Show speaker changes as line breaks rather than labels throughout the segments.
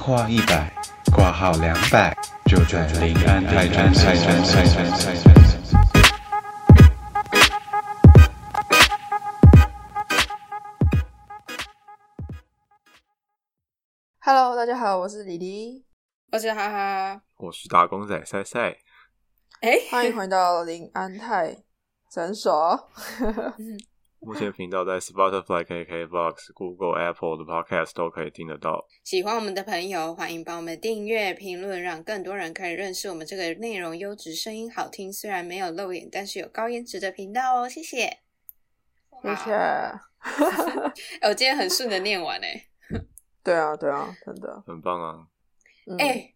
话一百，挂号两百，就转临安泰站泰站泰站泰站。
Hello，大家好，我是李黎，
我是哈哈，
我是打工仔赛赛，
哎、
欢迎回到 林安泰诊所。
目前频道在 Spotify、KKBox、Google、Apple 的 Podcast 都可以听得到。
喜欢我们的朋友，欢迎帮我们订阅、评论，让更多人可以认识我们这个内容优质、声音好听，虽然没有露脸，但是有高颜值的频道哦，谢谢。
而且，
哎我今天很顺的念完哎、
对啊，对啊，真的。
很棒啊！
嗯、
哎、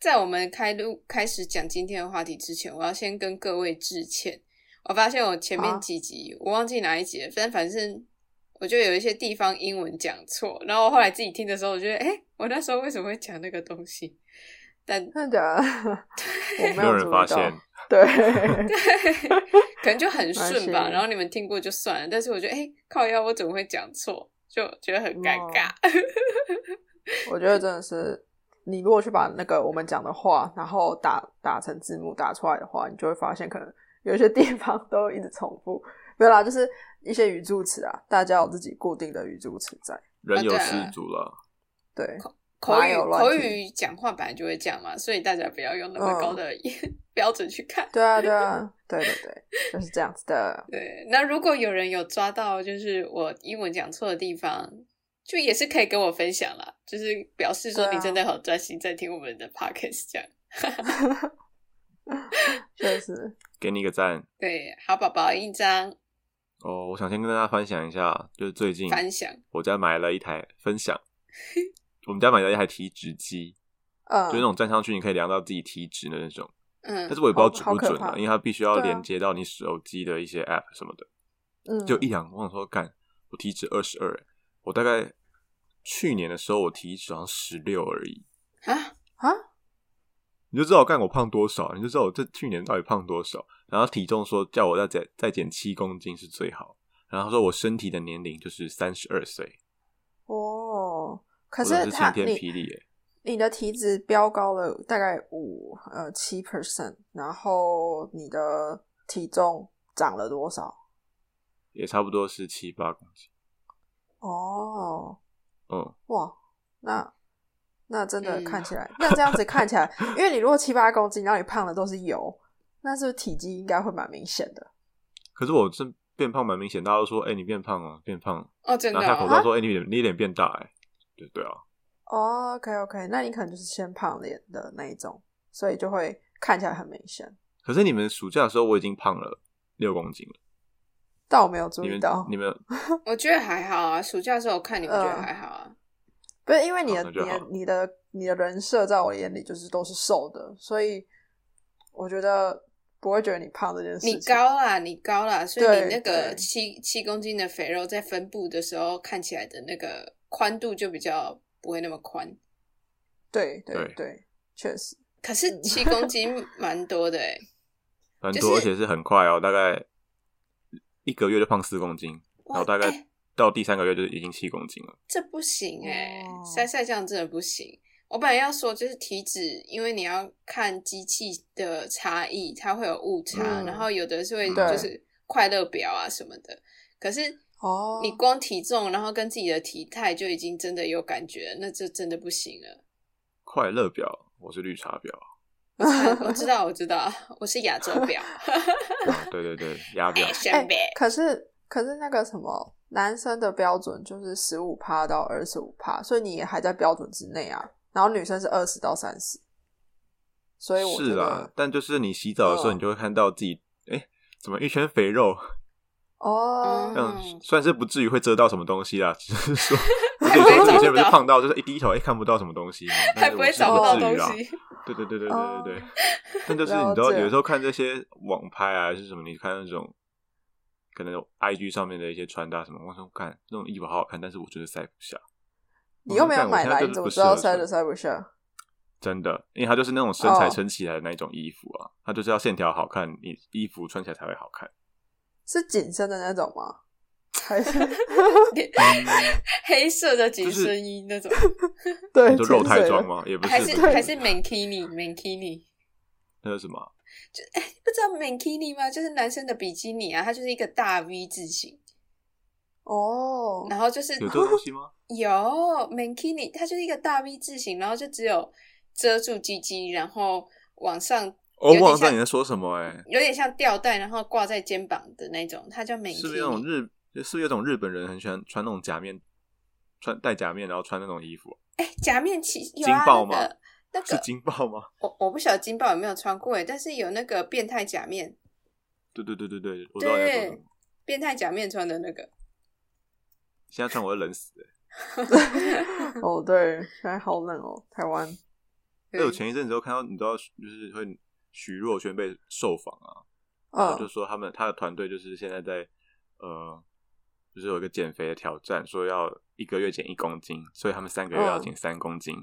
在我们开录开始讲今天的话题之前，我要先跟各位致歉。我发现我前
啊
面几集、我忘记哪一集了，但反正我就有一些地方英文讲错，然后我后来自己听的时候，我觉得，哎、我那时候为什么会讲那个东西？但
真的假的？ 我没
有
注
人
意
发
到。
现，
对，
可能 就很顺
没关
吧，
系
然后你们听过就算了。但是我觉得，哎、靠腰，我怎么会讲错？就觉得很
哦
尴尬。
我觉得真的是，你如果去把那个我们讲的话，然后打打成字幕打出来的话，你就会发现可能有一些地方都一直重复。没有啦，就是一些语助词啊，大家有自己固定的语助词在。
人有
对啊
失足了。
对，
口
哪
语
有乱
口
听嗯
语讲话本来就会这样嘛，所以大家不要用那么高的 标准去看。
对啊，对啊，对对对，就是这样子的。
对，那如果有人有抓到，就是我英文讲错的地方，就也是可以跟我分享啦，就是表示说
对啊
你真的好专心在听我们的 podcast 这样。
就是，
给你一个赞
对，好宝宝印章
哦！我想先跟大家分享一下，就是最近
反响，
我家买了一台 分享，我们家买了一台体脂机，
嗯，
就是那种站上去你可以量到自己体脂的那种，
嗯
但是我也不知道准
好
不准
好可
啊，
怕
因为它必须要
对啊
连接到你手机的一些 App 什么的。
嗯
就一两，我想说，干，我体脂二十二，欸我大概去年的时候我体脂好像十六而已，
啊，
啊，
你就知道我干我胖多少，你就知道我这去年到底胖多少。然后体重说叫我再减再减七公斤是最好，然后他说我身体的年龄就是三十二岁，
哦，可
我真的是
他
晴天霹雳
你
耶！
你的体脂飙高了大概五呃七 percent，然后你的体重涨了多少？
也差不多是七八公斤，
哦，
嗯，
哇，那那真的
嗯
看起来，那这样子看起来，因为你如果七八公斤，然后你胖的都是油，那是不是体积应该会蛮明显的？
可是我这变胖蛮明显，大家都说，哎、你变胖了，变胖了，
哦，真
然
的、
后戴口
哦，
罩说，哎、你脸你脸变大、哎，对对啊，
哦，OK OK，那你可能就是先胖脸的那一种，所以就会看起来很明显。
可是你们暑假的时候我已经胖了六公斤了。
但我没有注
你
意
们
哦
到，
你们
我觉得还好啊。暑假的时候我看你，我觉得
嗯
还好啊。
不是因为你的、
好那
你
就
的
好、
你的、你的人设，在我眼里就是都是瘦的，所以我觉得不会觉得你胖这件事情。
你高啦，你高啦，所以
对
你那个
对
七七公斤的肥肉在分布的时候，看起来的那个宽度就比较不会那么宽。
对对
对
对，确实。
可
嗯
是七 公斤蛮多的哎、
很
就
多，而
是
且是很快哦，大概一个月就胖四公斤，然
哇，
后大
哎、
概到第三个月就是已经七公斤了。
这不行哎、
哦
晒晒这样真的不行。我本来要说就是体脂，因为你要看机器的差异，它会有误差，
嗯
然后有的是会
对
就是快乐表啊什么的。可是
哦，
你光体重，然后跟自己的体态就已经真的有感觉了，那这真的不行 了。
快乐表，我是绿茶啊表，
我知道，我知道，我是亚洲表，，
啊哎对对 对，鸭 表
选呗。
哎可是可是那个什么，男生的标准就是十五趴到二十五趴，所以你也还在标准之内啊。然后女生是二十到三十，所以我觉
是啊啦
得。
但就是你洗澡的时
嗯
候，你就会看到自己，哎，怎么一圈肥肉？
哦，
嗯。
嗯，虽然是不至于会遮到什么东西啦，只是说
还
有
不会
些
找
有
不
些不是
到
胖到，就是一低头哎看不到什么东西，但
还
是
不
我
会
是
找不到
至
东
于啦
西。
对对对对
哦
对对对。 但就是
了
你知道，
解
有时候看这些网拍啊，还是什么，你看那种可能 IG 上面的一些穿搭什么，我说看那种衣服好好看，但是我觉得塞不下，
你又没有
嗯但我
买
现在
来，
就
你
是
怎么
不
知
适合
道塞
穿
得塞不下？
真的，因为它就是那种身材
哦
撑起来的那种衣服啊，它就是要线条好看，你衣服穿起来才会好看。
是紧身的那种吗？还 是
黑色的紧
就是
身衣那种，
对
你说肉
潜
胎
水
装
的
吗？也不
还
是
是
不
还是 mankini mankini，
那是什么啊？
不知道 mankini 吗？就是男生的比基尼啊，它就是一个大 V 字形，
哦，
然后就是
有这种东西吗？
有 mankini，它就是一个大 V 字形，然后就只有遮住鸡鸡，然后往上
哦
有
我
点
忘了
像
你在说什么哎，
有点像吊带，然后挂在肩膀的那种，它叫 mankini。
是不是那种日？是不是有种日本人很喜欢穿那种假面，穿戴假面，然后穿那种衣服？
哎，假面骑有啊，
金豹
那
吗
个那
是
个
金豹吗？
我我不晓得金豹有没有穿过哎，但是有那个变态假面，
对对对对对，我知道你在说什
对
么。，
变态假面穿的那 个，
现在穿我会冷死欸。
哦，对，现在好冷哦，台湾。
哎，我前一阵子都看到，你知道，就是会徐若瑄被受访啊，然后就
嗯，
说他们他的团队就是现在在呃，就是有一个减肥的挑战，说要一个月减一公斤，所以他们三个月要
嗯
减三公斤。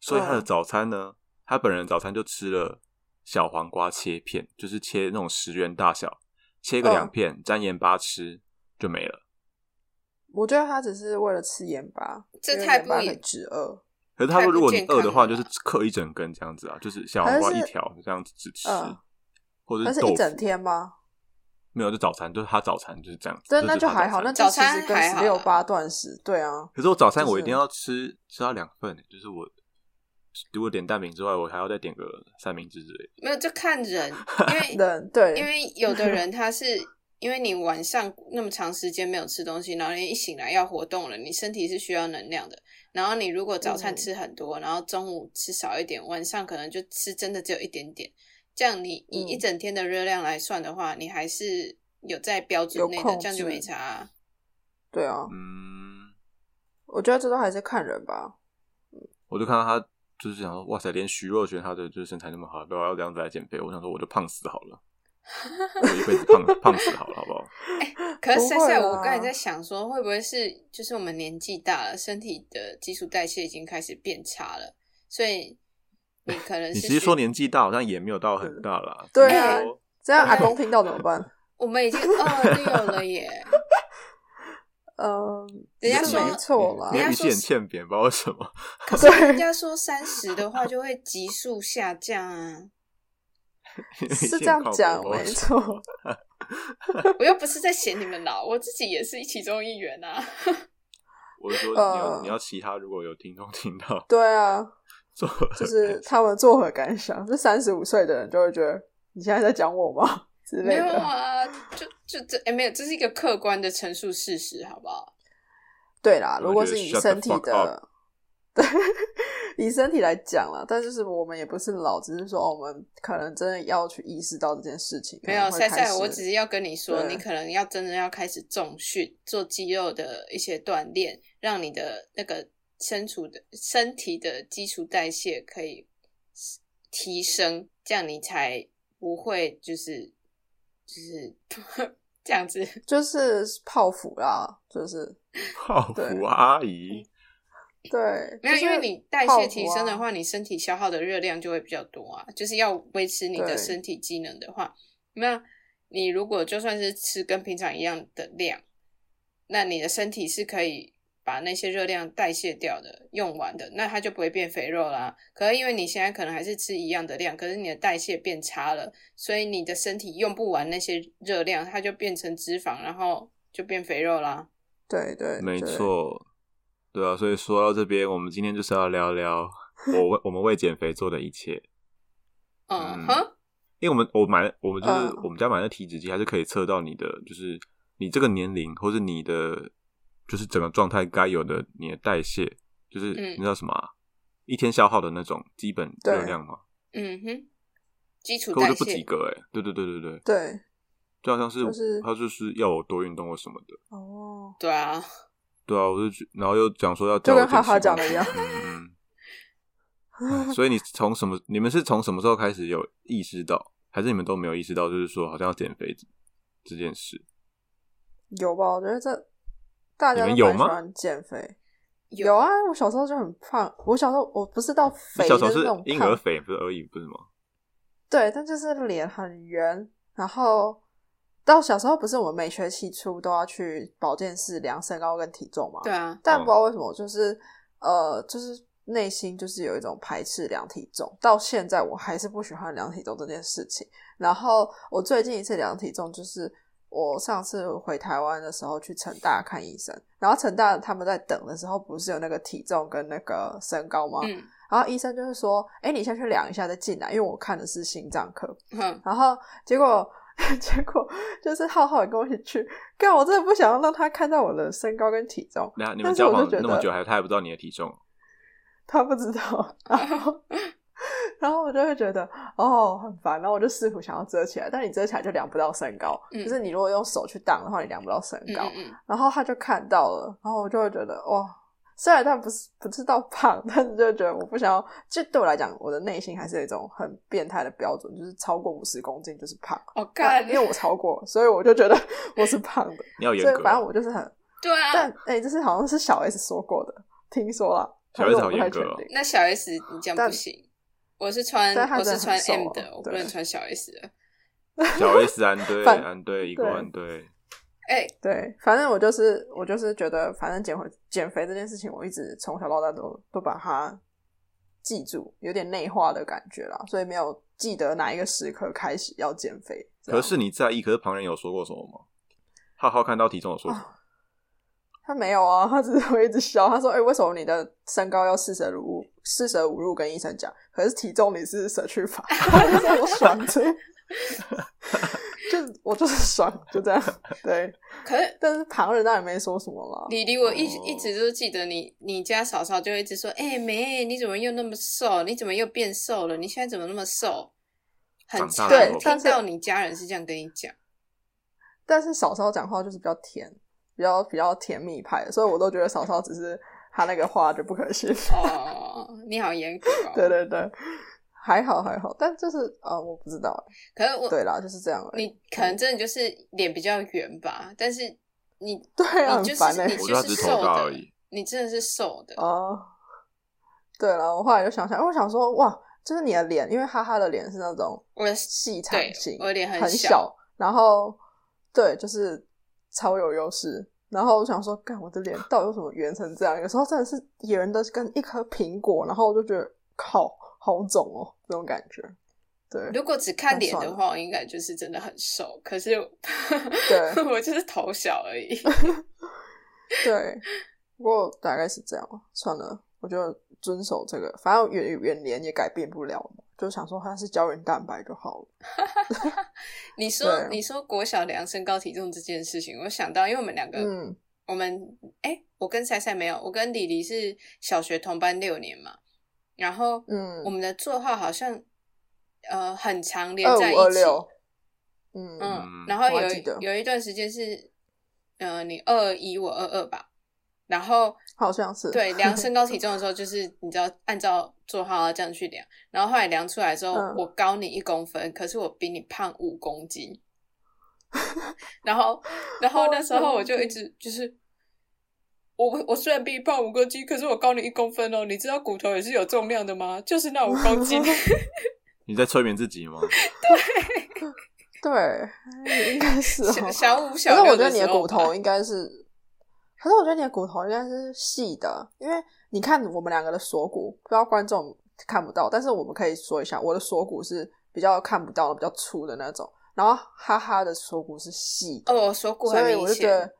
所以他的
嗯
早餐呢，他本人早餐就吃了小黄瓜切片，就是切那种十元大小，切个两
嗯
片，沾盐巴吃就没了。
我觉得他只是为了吃盐巴，
这
因为
太
盐巴
不
可以
一
止饿。
可是他
太不
说，如果你
健
饿的
康
话，
了
就是
吧
嗑一整根这样子啊，就是小黄瓜
还
一
是
条这样子只吃，
嗯
或者
但
是
是
豆
一
腐
整天吗？
没有，就早餐，就是他早餐就是这样子。
对，
这
那
是
就
他
还
早
好，
餐
那
早
这其实
餐
跟
还
十
好
六
啦
八断食，对啊，
可是我早餐
就
我一
是
定要吃吃到两份，欸就是我如果点蛋饼之外，我还要再点个三明治之类的。
没有就看人，因为
冷对，
因为有的人他是因为你晚上那么长时间没有吃东西，然后你一醒来要活动了，你身体是需要能量的。然后你如果早餐
嗯
吃很多，然后中午吃少一点，晚上可能就吃真的只有一点点，这样你以
嗯
一整天的热量来算的话，你还是有在标准
有
内的，
控
这样就
制
没 差、啊。
对啊，
嗯，
我觉得这都还是看人吧。
我就看到他就是想说，哇塞，连徐若瑄她的就是身材那么好，不要这样子来减肥。我想说，我就胖死好了，我一辈子 胖胖死好了，好不好？
可是
不
赛
会
赛，
啦
我刚才在想说，会不会是就是我们年纪大了，身体的基础代谢已经开始变差了，所以你可能
你
是
其实
需
说年纪大，好像也没有到很大啦。
嗯对
只是
啊
说
这样阿
对
公听到怎么 办？
我们已 经二六了耶，
嗯，
人家
是
说
没错啦
嗯你，
人家
语
说
气很
是
欠扁，不知道为什么。
可是
对
人家说三十的话就会急速下降啊，
是这样讲没 错。
我又不是在嫌你 们老，我自己也是其中一员啊。
我是说，你要
呃
你要其他如果有听众听到，
对啊，
做
就是他们作何感想？就三十五岁的人就会觉得你现在在讲我吗 之
没
类
有
的。
啊，就就这哎、没有，这是一个客观的陈述事实，好不好？
对啦，
我
如果
觉得
是以
shut the
身体
fuck
的
up，
对，以身体来讲啦，但就是我们也不是老，只是说哦我们可能真的要去意识到这件事情。
没有，
可能会
赛
开
赛，
始
我只是要跟你说，
对
你可能要真的要开始重训，做肌肉的一些锻炼，让你的那个身处的身体的基础代谢可以提升，这样你才不会就是就是 这样子。
就是泡芙啦，就是
泡
对
芙阿姨。
对，
没有，
就是
因为你代
泡
谢
芙
提升的
啊
话，你身体消耗的热量就会比较多啊。就是要维持你的
对
身体机能的话，那你如果就算是吃跟平常一样的量，那你的身体是可以把那些热量代谢掉的、用完的，那它就不会变肥肉啦。可是因为你现在可能还是吃一样的量，可是你的代谢变差了，所以你的身体用不完那些热量，它就变成脂肪，然后就变肥肉啦。
对对，
没
对，
错，对啊，所以说到这边，我们今天就是要 聊聊我为我们为减肥做的一切。嗯
嗯哼。
因为我们我买了，我们就是、
嗯
我们家买的体脂机，还是可以测到你的，就是你这个年龄，或是你的就是整个状态该有的你的代谢，就是
嗯
你知道什么啊、一天消耗的那种基本
对
热量嘛。
嗯哼，基础
可我
代
就不及
谢。
格哎、对对对对对，
对
就好像是、
就是
他就是要我多运动或什么的。
哦，
对啊，
对啊，我就去，然后又讲说要
就
教我
跟
减
哈哈
10
讲
公
的一
斤
样
嗯 嗯。哎所以你从什么？你们是从什么时候开始有意识到，还是你们都没有意识到？就是说，好像要减肥这这件事，
有吧？我觉得这大家都
你们有
蛮喜
吗
欢减肥。有啊，我小时候就很胖。我小时候我不是到
你
肥，
小时候
就是那种
婴
胖
儿肥，不是而已，不是吗？
对，但就是脸很圆，然后到小时候不是我们每学期初都要去保健室量身高跟体重吗？
对啊，
但不知道为什么，就是呃，就是内心就是有一种排斥量体重，到现在我还是不喜欢量体重这件事情。然后我最近一次量体重就是我上次回台湾的时候去成大看医生，然后成大他们在等的时候不是有那个体重跟那个身高吗？
嗯
然后医生就是说，哎，你先去量一下再进来，因为我看的是心脏科。
哼，
然后结果 结果就是浩浩也跟我一起去，但我真的不想要让他看到我的身高跟体重，
那你们
但是
交
我
往
就觉
那么久，
得
还他还不知道你的体重，
他不知道，然 后然后我就会觉得哦很烦，然后我就试图想要遮起来，但你遮起来就量不到身高，
嗯
就是你如果用手去挡的话，你量不到身
嗯
高，
嗯嗯，
然后他就看到了，然后我就会觉得哇。虽然他不是不知道胖，但是就觉得我不想要。这对我来讲，我的内心还是有一种很变态的标准，就是超过五十公斤就是胖。
我
但
哦干
啊因，为我超过，所以我就觉得我是胖的，
你要严
所以
格。哦
反正我就是很。
对
但
啊，
哎、这是好像是小 S 说过的，听说啦，
小 S
但是我不
好
太
严格
确
哦
定。
那小 S 你这样
但
不行，我是穿
但他
我
真的
是穿
很瘦
M
啊
的，我不
对
能穿小 S 的。
小 S 安对
反
安对一个
对
安对，
哎，
对，反正我就是我就是觉得，反正减回减肥这件事情，我一直从小到大都都把它记住，有点内化的感觉啦，所以没有记得哪一个时刻开始要减肥。这
可
样
是你在意，可是旁人有说过什么吗？浩浩看到体重有说什么？
他没有啊，他只是会一直笑。他说：“哎、为什么你的身高要四舍五入？四舍五入跟医生讲，可是体重你是舍去法。”他说：“我 爽出， 就我就是爽，就这样。”对，
可是
但是旁人当然没说什么啦。
李黎，我一直
哦
一直都记得你，你家嫂嫂就会一直说：“哎、妹，你怎么又那么瘦？你怎么又变瘦了？你现在怎么那么瘦？”很
长
常
大了
对但
听
是
到你家人是这样跟你讲，
但是嫂嫂讲话就是比较甜，比较比较甜蜜派的，所以我都觉得嫂嫂只是她那个话就不可信。
哦，你好严格哦。
对对对，还好还好，但就是呃，我不知道。
可是我，
对嗯啦，就是这样而已。
你可能真的就是脸比较圆吧，但是你
对啊，
哦你就
很
是
烦哎、
你就
我觉得他只是头
瘦
大
的
而已，
你真的是瘦的。
哦，对了，我后来就想想，因为我想说，哇，就是你的脸，因为哈哈的脸是那种
我的
细长
对
型，，
我的脸很
很小，然后对，就是超有优势。然后我想说，干我的脸到底为什么圆成这样？有时候真的是圆的跟一颗苹果，然后我就觉得靠，好肿哦，这种感觉。对，
如果只看
那
脸
算
的
了
话，我应该就是真的很瘦。可是，
对
我就是头小而已。
对，不过大概是这样。算了，我就遵守这个，反正圆圆脸也改变不了嘛，就想说它是胶原蛋白就好了。
你说
对
你说国小量身高体重这件事情，我想到，因为我们两个，
嗯
我们哎，我跟彩彩没有，我跟李黎是小学同班六年嘛，然后
嗯，
我们的座号好像呃很常连
二
在一
五二
起，
六，嗯
嗯
嗯，
然后
我还
有
记得
一有一段时间是，呃，你二一我二二吧，然后
好像是
对，量身高体重的时候，就是你知道按照座号啊这样去量，然后后来量出来之后，
嗯
我高你一公分，可是我比你胖五公斤。 然后，然后那时候我就一直就是，我我虽然比你胖五公斤，可是我高你一公分哦。你知道骨头也是有重量的吗？就是那五 公斤。
你在催眠自己吗？
对，应 该是哦。
小小五
可
小
是我
六
觉得
的
你
时
的
候
骨
吧，
头应该是，可是我觉得你的骨头应该是细的，因为你看我们两个的锁骨，不知道观众看不到，但是我们可以说一下，我的锁骨是比较看不到的，比较粗的那种，然后哈哈的锁骨是细的，
哦，我锁骨很
所以
明
我就觉
显。
得，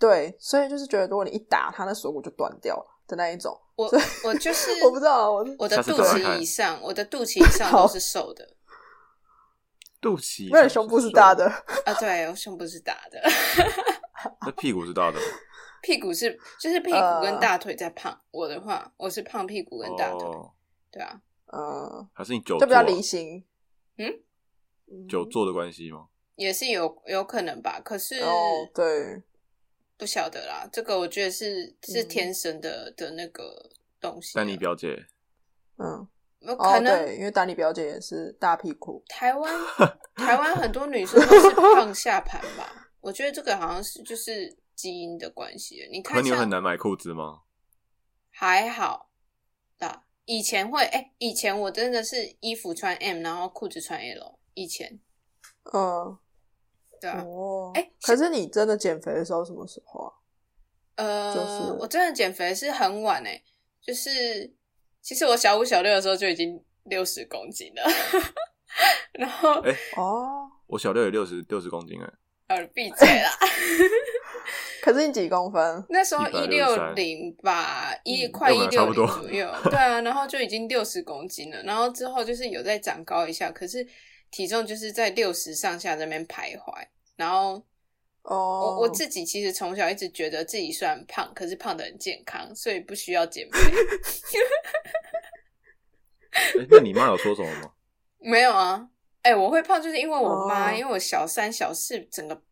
对，所以就是觉得如果你一打，它那锁骨就断掉的那一种。
我我 就是
我不知道啊我
我的
下次
肚
找来
脐
看
以上，我的肚脐以上都
好
是瘦的
肚脐，
因为你胸部是大的，，
啊，对，我胸部是大的，
那屁股是大 的吗，
屁股是就是屁股
呃
跟大腿在胖。我的话，我是胖屁股跟大腿，
哦，
对啊，
嗯，
还是你久
就
坐
比较梨形。
嗯
嗯，
久坐的关系吗？
也是有有可能吧，可是
哦，对，
不晓得啦，这个我觉得是是
嗯
天生的的那个东西啊，
丹尼表姐，
嗯。
有可
哦，
能
对，因为丹尼表姐也是大屁股，
台 湾台湾很多女生都是胖下盘吧，我觉得这个好像是就是基因的关系，你
可
看
你有
像
很难买裤子吗？
还好啦。以前会，哎、以前我真的是衣服穿 M，然后裤子穿 L。以前，
嗯，
对啊，
哦
哎
可是你真的减肥的时候什么时候啊？
呃，
就是
我真的减肥是很晚诶、就是其实我小五小六的时候就已经六十公斤了，然后
哎
哦，
我小六有六十六十公斤哎、
呃闭嘴 啦，
可是你几公分？
那时候一六零
163
吧，一
嗯
快
跟我
一
们
六
差不
零
多
左 右，对啊，然后就已经六十公斤了，然后之后就是有再长高一下，可是体重就是在六十上下这边徘徊，然后
哦，
我我自己其实从小一直觉得自己虽然胖，可是胖的很健康，所以不需要减肥。
哎那你妈有说什么吗？
没有啊，哎、我会胖就是因为我妈，
哦
因为我小三、小四整个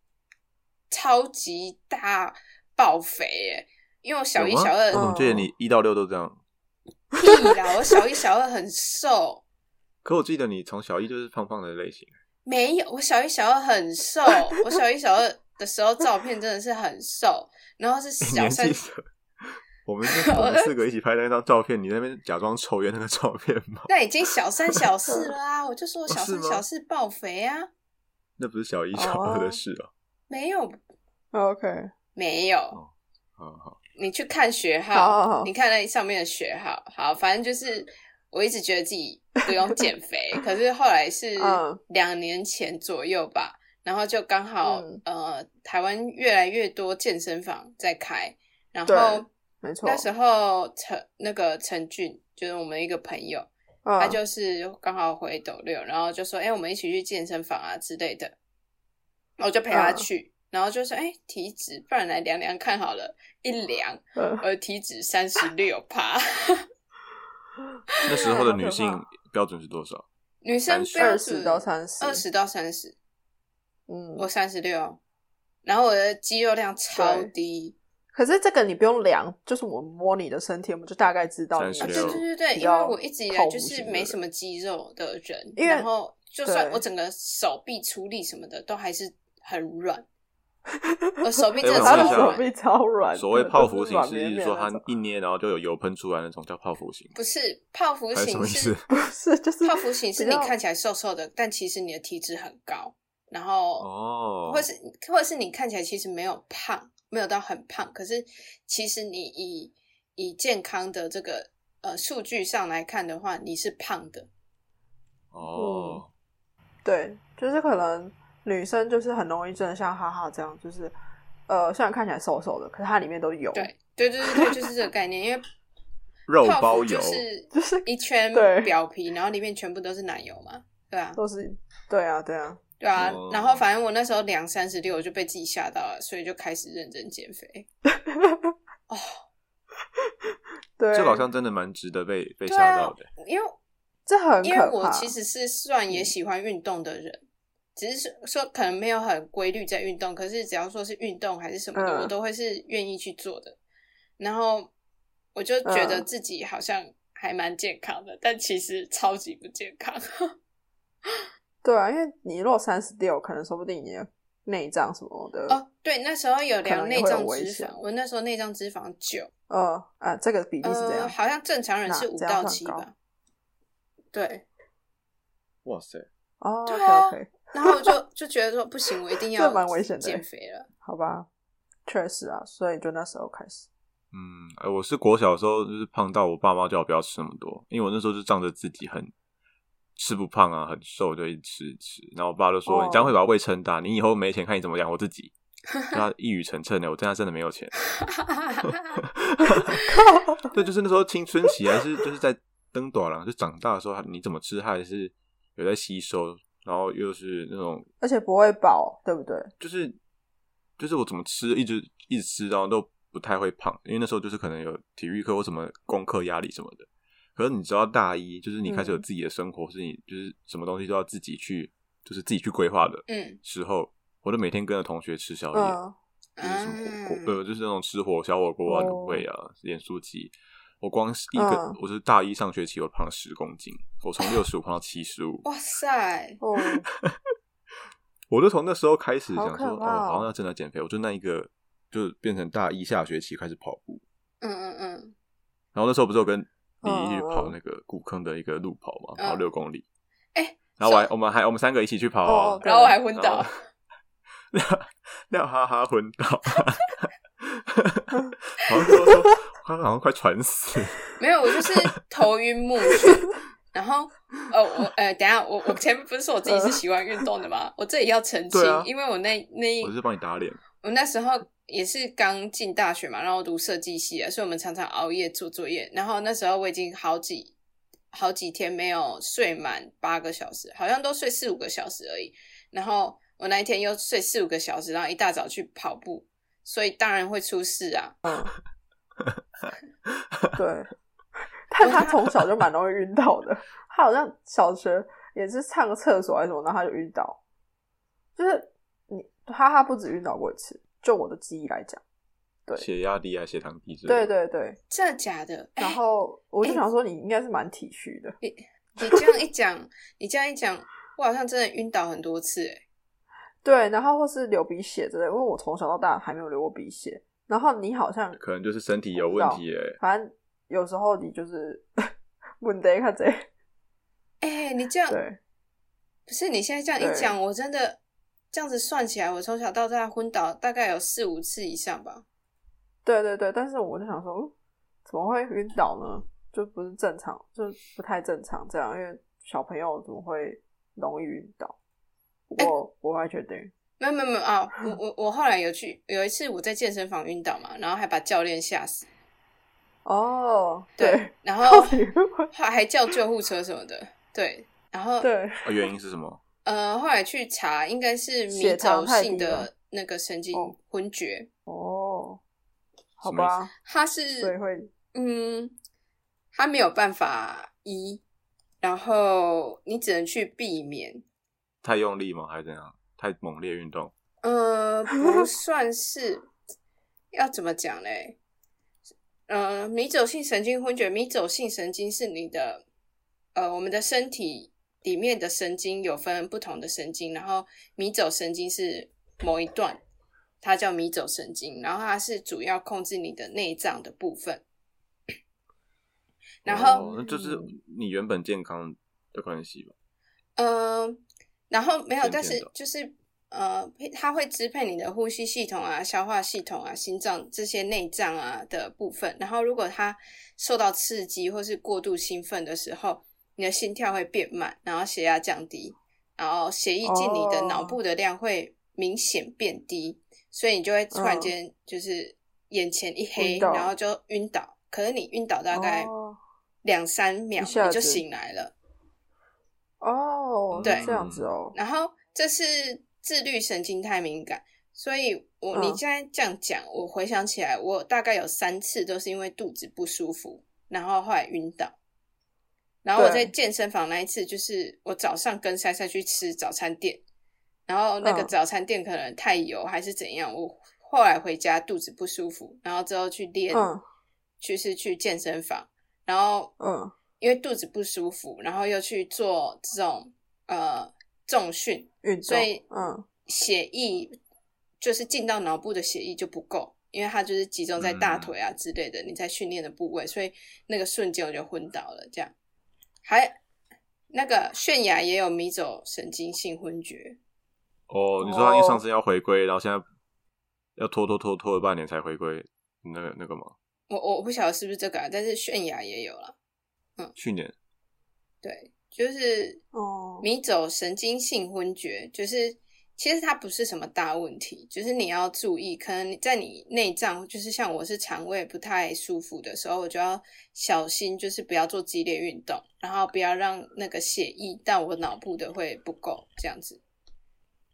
超级大爆肥耶。因为我 小一、
有吗？Oh
小二
我怎么
嗯
记得你一到六都这样？
屁啦，我小一、小二很瘦，
可我记得你从小一就是胖胖的类型，
没有，我小一、小二很瘦，我小一、小二的时候照片真的是很瘦，然后是小
年
三
纪，小。我们是我们四个一起拍那张照片，你那边假装抽烟那个照片吗？
那已经小三、小四了啊，我就说我小
哦是
三、
吗
小四爆肥啊，
那不是小一小二的事哦。
没有，
OK，
没有，
好 好，
你去看学号，
好好好
你看那上面的学号，好，反正就是我一直觉得自己不用减肥，可是后来是
嗯
两年前左右吧，然后就刚好、
嗯
呃，台湾越来越多健身房在开，然
对
后
没错。
那时候陈那个陈俊就是我们一个朋友，
嗯
他就是刚好回斗六，然后就说：“哎、我们一起去健身房啊之类的。”然后我就陪他
嗯
去，然后就说：“哎、体脂，不然来量量看好了。”一量，
嗯
我的体脂三十六趴，
那时候的女
好
性
可怕
标准是多少？
女生
30
标
二十
准
到三十，
二，十到三十，
嗯，
我三十六，然后我的肌肉量超
对
低，
可是这个你不用量，就是我们摸你的身体，我们就大概知道你
啊，
36
是
对对对对，
比
因为
较
我一直以来
靠
就
谱
是
型的
没
人
什么肌肉的人，
因为
然后就算
对
我整个手臂出力什么的都还是很 软，我手臂
哎
真的
我
他
想
的手
超
问一下
软，
臂超软的，
所谓泡芙
就
型
软
是意
绵
思
绵
说
那
它
种
一捏然后就有油喷出来那种叫泡芙型，
不是泡芙
还是什
型
么意
是？
思
不是就是
泡芙型是
比
你
较
看起来瘦瘦的，但其实你的体脂很高，然后
哦，
或是或者是你看起来其实没有胖，没有到很胖，可是其实你以以健康的这个呃数据上来看的话，你是胖的。
哦，
嗯
对，就是可能女生就是很容易真的像哈哈这样，就是呃虽然看起来瘦瘦的，可是它里面都油，
对对对对对，就是这个概念，因为
肉
泡
包
芙
油
就，是
就是
一圈
对
表皮，然后里面全部都是奶油嘛，对啊，
都是对啊对啊，
对啊。
哦
然后反正我那时候量三十六，我就被自己吓到了，所以就开始认真减肥。
对，
这个好像真的蛮值得被被
对啊
吓到的。
因为
这很
因为
可
我
怕，嗯
其实是算也喜欢运动的人，只是说说可能没有很规律在运动，可是只要说是运动还是什么的，
嗯
我都会是愿意去做的。然后我就觉得
嗯
自己好像还蛮健康的，但其实超级不健康。
嗯对啊，因为你若三十六，可能说不定你的内脏什么的，
哦，对，那时候有
可
量
能也
内
会有
脏
危
脂
险
肪，我那时候内脏脂肪九，
呃啊，这个比例是这样
呃，，好像正常人
那
是五
这样
到
算
七
高
吧。对，
哇塞，
哦，
对啊
OK，OK，
然后 我就就觉得说不行，我一定要
这蛮危险的欸
减肥了。
好吧，确实啊，所以就那时候开始，
嗯，哎我是国小的时候就是胖到我爸妈叫我不要吃那么多，因为我那时候就仗着自己很吃不胖啊，很瘦就一直吃一直吃，然后我爸就说、
哦
你这样会把胃撑大，你以后没钱看你怎么养活 自己。那一语成谶的，我真的真的没有钱。对，就是那时候青春期还是就是在登短廊，就长大的时候你怎么吃它还是有在吸收，然后又是那种
而且不会饱，对不对？
就是就是我怎么吃一直一直吃，然后都不太会胖，因为那时候就是可能有体育课或什么功课压力什么的。可是你知道大一就是你开始有
嗯
自己的生活，是你就是什么东西都要自己去，就是自己去规划的
嗯，
时候，我就每天跟着同学吃宵夜，
嗯，
就是什么火
啊
锅，呃，就是那种吃火小火锅啊、
哦
卤味啊、盐酥鸡。我光是一个，
嗯
我是大一上学期，我胖了十公斤，我从六十五胖到七十五，
哇塞，
哦，
我就从那时候开始
好
想
可
说，哦，
怕哦
好像要真的减肥。我就那一个，就变成大一下学期开始跑步，
嗯嗯嗯，
然后那时候不是有跟你一起
嗯
去
嗯嗯
跑那个古坑的一个路跑嘛，
嗯
跑六公里。
哎
然后我还
说
我们还我们三个一起去跑
哦
哦，
对
然后我还昏
然后
倒，
廖廖哈哈昏倒， 好像说说他好像快喘死了，
没有，我就是头晕目眩。 然后，呃，我呃，等一下，我我前面不是说我自己是喜欢运动的吗？ 我这里要澄清，
对啊
因为我那那一
我是帮你打脸。
我那时候也是刚进大学嘛，然后读设计系啊，所以我们常常熬夜做作业。然后那时候我已经好几好几天没有睡满八个小时，好像都睡四五个小时而已。然后我那一天又睡四五个小时，然后一大早去跑步，所以当然会出事啊。
嗯， 对，但他从小就蛮容易晕倒的。他好像小学也是上个厕所还是什么，然后他就晕倒。就是你哈哈，不止晕倒过一次。就我的记忆来讲，对
血压低啊，血糖低之类
对
的。
对对。
真的假的？
然后我就
哎
想说，你应该是蛮体虚的。
你这样一讲，你这样一讲，我好像真的晕倒很多次、欸。
对，然后或是流鼻血之类，因为我从小到大还没有流过鼻血。然后你好像
可能就是身体有问题诶、
反正有时候你就是问得看这，
哎、哎、你这样
对，
不是你现在这样一讲，我真的这样子算起来，我从小到大昏倒大概有四五次以上吧。
对对对，但是我就想说，嗯怎么会晕倒呢？就不是正常，就不太正常这样，因为小朋友怎么会容易晕倒？
哎
我我还确定，
没有没有没有啊！我我我后来有去有一次我在健身房晕倒嘛，然后还把教练吓死，
哦，
对，，然后
到底会
还还叫救护车什么的，对，然后
对
呃原因是什么？
呃后来去查，应该是迷
血
走
糖太低
性的
了
那个神经
哦
昏厥，
哦，好
什么意思
吧，
它
所以
是
会
嗯，它没有办法医，然后你只能去避免，
太用力吗？还是怎样？太猛烈运动？
呃，不算是，要怎么讲嘞？呃，迷走性神经昏厥，迷走性神经是你的，呃，我们的身体里面的神经有分不同的神经，然后迷走神经是某一段，它叫迷走神经，然后它是主要控制你的内脏的部分。然后，
哦那就是你原本健康的关系吧？
嗯，然后没有，
先
但
天
是
的
就是呃，它会支配你的呼吸系统啊、消化系统啊、心脏这些内脏啊的部分。然后，如果它受到刺激或是过度兴奋的时候，你的心跳会变慢，然后血压降低，然后血液进你的脑
哦
部的量会明显变低，所以你就会突然
嗯
间就是眼前一黑，
晕倒
然后就晕倒。可是你晕倒大概
哦
两三秒，你
下
就
子
醒来了。
哦，
对
是这样子哦，
然后这是自律神经太敏感，所以我、
嗯
你现在这样讲，我回想起来，我大概有三次都是因为肚子不舒服，然后后来晕倒。然后我
对
在健身房那一次，就是我早上跟珊珊去吃早餐店，然后那个
嗯
早餐店可能太油还是怎样，我后来回家肚子不舒服，然后之后去练，
嗯
就是去健身房，然后
嗯
因为肚子不舒服，然后又去做这种呃重训，
运动，
所以
嗯
血液就是进到脑部的血液就不够，因为它就是集中在大腿啊之类的，你在训练的部位，所以那个瞬间我就昏倒了。这样，还那个泫雅也有迷走神经性昏厥，
哦，你说他因为上次要回归，然后现在要拖拖拖拖了半年才回归，那个那个吗？
我我不晓得是不是这个、啊，但是泫雅也有了。
去年
对，就是
哦
迷走神经性昏厥，就是其实它不是什么大问题，就是你要注意，可能在你内脏，就是像我是肠胃不太舒服的时候，我就要小心，就是不要做激烈运动，然后不要让那个血液到我脑部的会不够，这样子，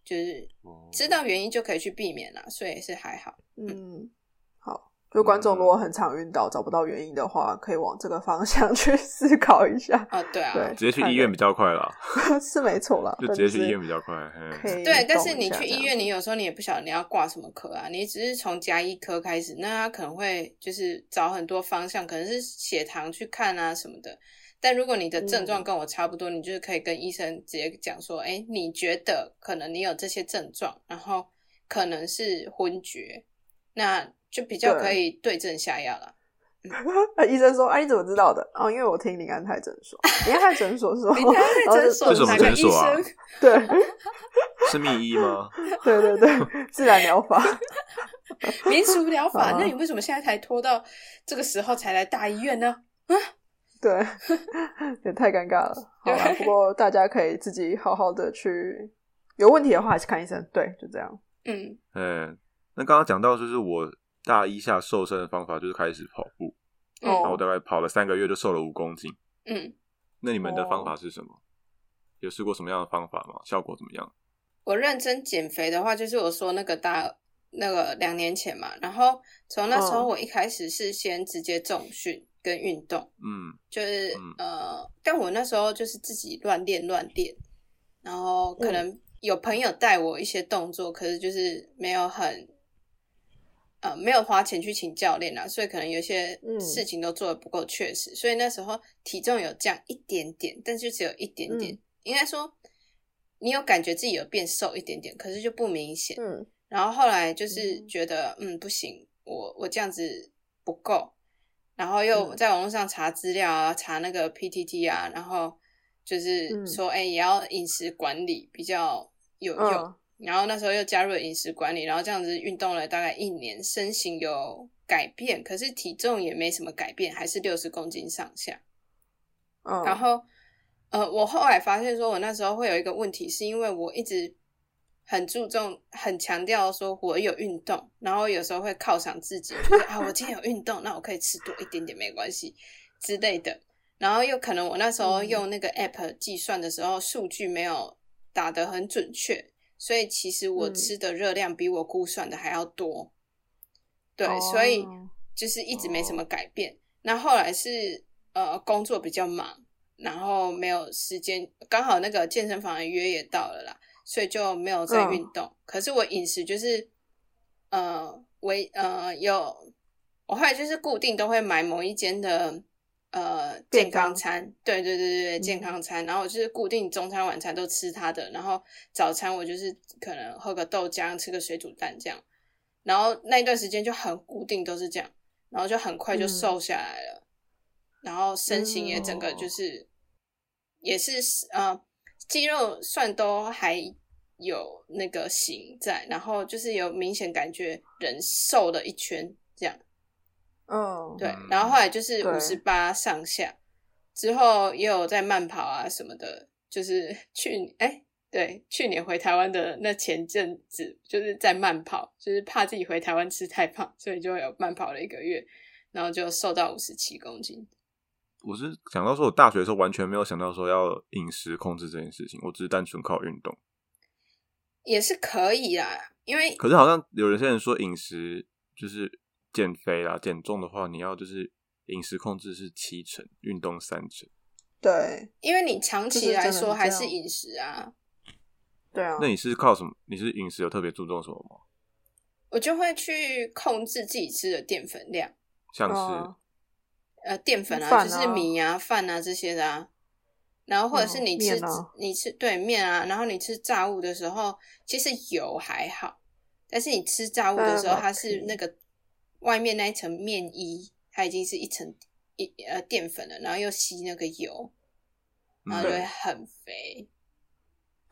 就是
哦
知道原因就可以去避免啦，所以是还好。
嗯，好，就观
嗯
众如果很常晕倒找不到原因的话，可以往这个方向 去思考一下，
哦，对啊，
对
直接去医院比较快啦，
是没错啦，
就
但
直接去
是
医院比较快。嗯
可
嘿
以
对，但
动
是
一
你
下
去
这
医
样
院，你有时候你也不晓得你要挂什么科啊，你只是从加医科开始，那他可能会就是找很多方向，可能是血糖去看啊什么的。但如果你的症状
嗯
跟我差不多，你就是可以跟医生直接讲说，哎，你觉得可能你有这些症状，然后可能是昏厥，那就比较
对
可以对症下药 了。
啊医生说，哎、你怎么知道的？哦，因为我听林安泰 诊所，林安泰诊所说，
你在
然后就
诊所
这是什么
哪个
诊
医
所啊
生？
对，
是密医吗？
对对对，自然疗 法。
民俗疗法
好啊，
那你为什么现在才拖到这个时候才来大医院呢？
对，也太尴尬了。好啦，
对
不过大家可以自己好好的去，有问题的话还是看医生。对，就这样。
嗯，
嗯，那刚刚讲到就是我大一下瘦身的方法就是开始跑步，
嗯
然后我
哦，
大概跑了三个月就瘦了五公斤。
嗯，
那你们的
哦
方法是什么？有试过什么样的方法吗？效果怎么样？
我认真减肥的话，就是我说那个大那个两年前嘛，然后从那时候
嗯
我一开始是先直接重训跟运动。
嗯
就是、
嗯
呃，但我那时候就是自己乱练乱练，然后可
嗯
能有朋友带我一些动作，可是就是没有很呃没有花钱去请教练啊，所以可能有些
嗯
事情都做的不够确实，所以那时候体重有降一点点，但就只有一点
嗯
点，应该说你有感觉自己有变瘦一点点，可是就不明显。
嗯
然后后来就是
嗯
觉得，嗯，不行，我我这样子不够，然后又
嗯
在网络上查资料啊，查那个 PTT 啊，然后就是
嗯
说，哎、也要饮食管理比较有用。
嗯
然后那时候又加入了饮食管理，然后这样子运动了大概一年，身形有改变，可是体重也没什么改变，还是六十公斤上下。
嗯，
然后，呃，我后来发现说，我那时候会有一个问题，是因为我一直很注重、很强调说我有运动，然后有时候会犒赏自己，就是啊，我今天有运动，那我可以吃多一点点没关系之类的。然后又可能我那时候
嗯
用那个 app 计算的时候，数据没有打得很准确，所以其实我
嗯
吃的热量比我估算的还要多。对，所以
哦
就是一直没什么改变。那后来是呃工作比较忙，然后没有时间，刚好那个健身房的约也到了啦，所以就没有
嗯
在运动。可是我饮食就是呃为呃有，我后来就是固定都会买某一间的。呃，
便
健康
当
餐，对对对对对，
嗯
健康餐。然后我就是固定中餐、晚餐都吃它的，然后早餐我就是可能喝个豆浆，吃个水煮蛋这样。然后那一段时间就很固定都是这样，然后就很快就瘦下来了，然后身形也整个就是、也是呃肌肉算都还有那个型在，然后就是有明显感觉人瘦了一圈这样，
嗯，
对
嗯，
然后后来就是
对
五十八上下，之后也有在慢跑啊什么的，就是 去哎。对，去年回台湾的那前阵子，就是在慢跑，就是怕自己回台湾吃太胖，所以就有慢跑了一个月，然后就瘦到五十七公斤。
我是想到说，我大学的时候完全没有想到说要饮食控制这件事情，我只是单纯靠运动。
也是可以啦，因为
可是好像有些人说饮食就是减肥啦，减重的话，你要就是饮食控制是七成，运动三成。
对
因为你长期来说还
就是真的是这样
是饮食啊，
对啊
那，你是靠什么？你是饮食有特别注重什么吗？
我就会去控制自己吃的淀粉量，
像是、
哦
呃，淀粉啊，
饭啊
就是米啊、饭啊这些的啊。然后或者是
嗯
你吃、
面啊
你吃对面啊，然后你吃炸物的时候，其实油还好，但是你吃炸物的时候，
嗯
它是那个外面那一层面衣，它已经是一层一呃淀粉了，然后又吸那个油，然
啊
后就会
嗯，
很肥。